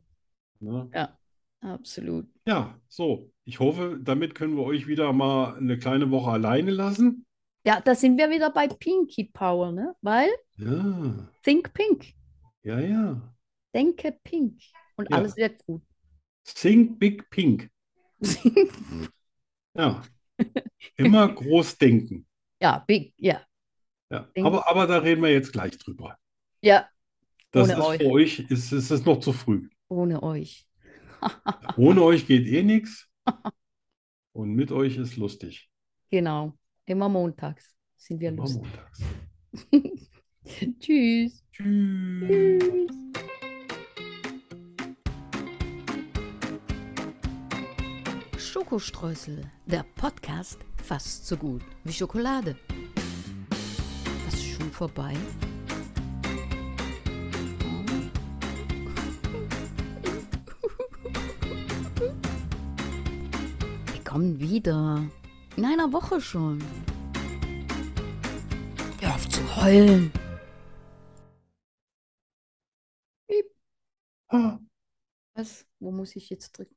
Speaker 1: Ne?
Speaker 2: Absolut.
Speaker 1: Ja, so. Ich hoffe, damit können wir euch wieder mal eine kleine Woche alleine lassen.
Speaker 2: Ja, da sind wir wieder bei Pinky Power, ne? Weil
Speaker 1: Ja,
Speaker 2: Think Pink,
Speaker 1: ja, ja.
Speaker 2: denke Pink und
Speaker 1: Ja.
Speaker 2: alles wird gut. <laughs>
Speaker 1: Think Big Pink.
Speaker 2: <laughs>
Speaker 1: Ja. Immer groß denken.
Speaker 2: Ja, Big, ja,
Speaker 1: Ja.
Speaker 2: Denk-
Speaker 1: Aber, aber da reden wir jetzt gleich drüber.
Speaker 2: ja,
Speaker 1: Das
Speaker 2: Ohne
Speaker 1: ist
Speaker 2: euch.
Speaker 1: für euch, ist, ist es noch zu
Speaker 2: <laughs>
Speaker 1: früh.
Speaker 2: ohne euch.
Speaker 1: Ohne euch geht eh
Speaker 2: <laughs>
Speaker 1: nichts. Und mit euch ist lustig.
Speaker 2: Genau. Immer montags sind wir
Speaker 1: Immer
Speaker 2: lustig.
Speaker 1: montags.
Speaker 2: Tschüss.
Speaker 1: Tschüss.
Speaker 2: Tschüss. Schokostreusel, der Podcast fast so gut wie Schokolade. Was ist schon vorbei? Wir kommen wieder. In einer Woche schon. Hör auf zu heulen.
Speaker 6: Ah.
Speaker 1: Was? Wo muss ich jetzt drücken?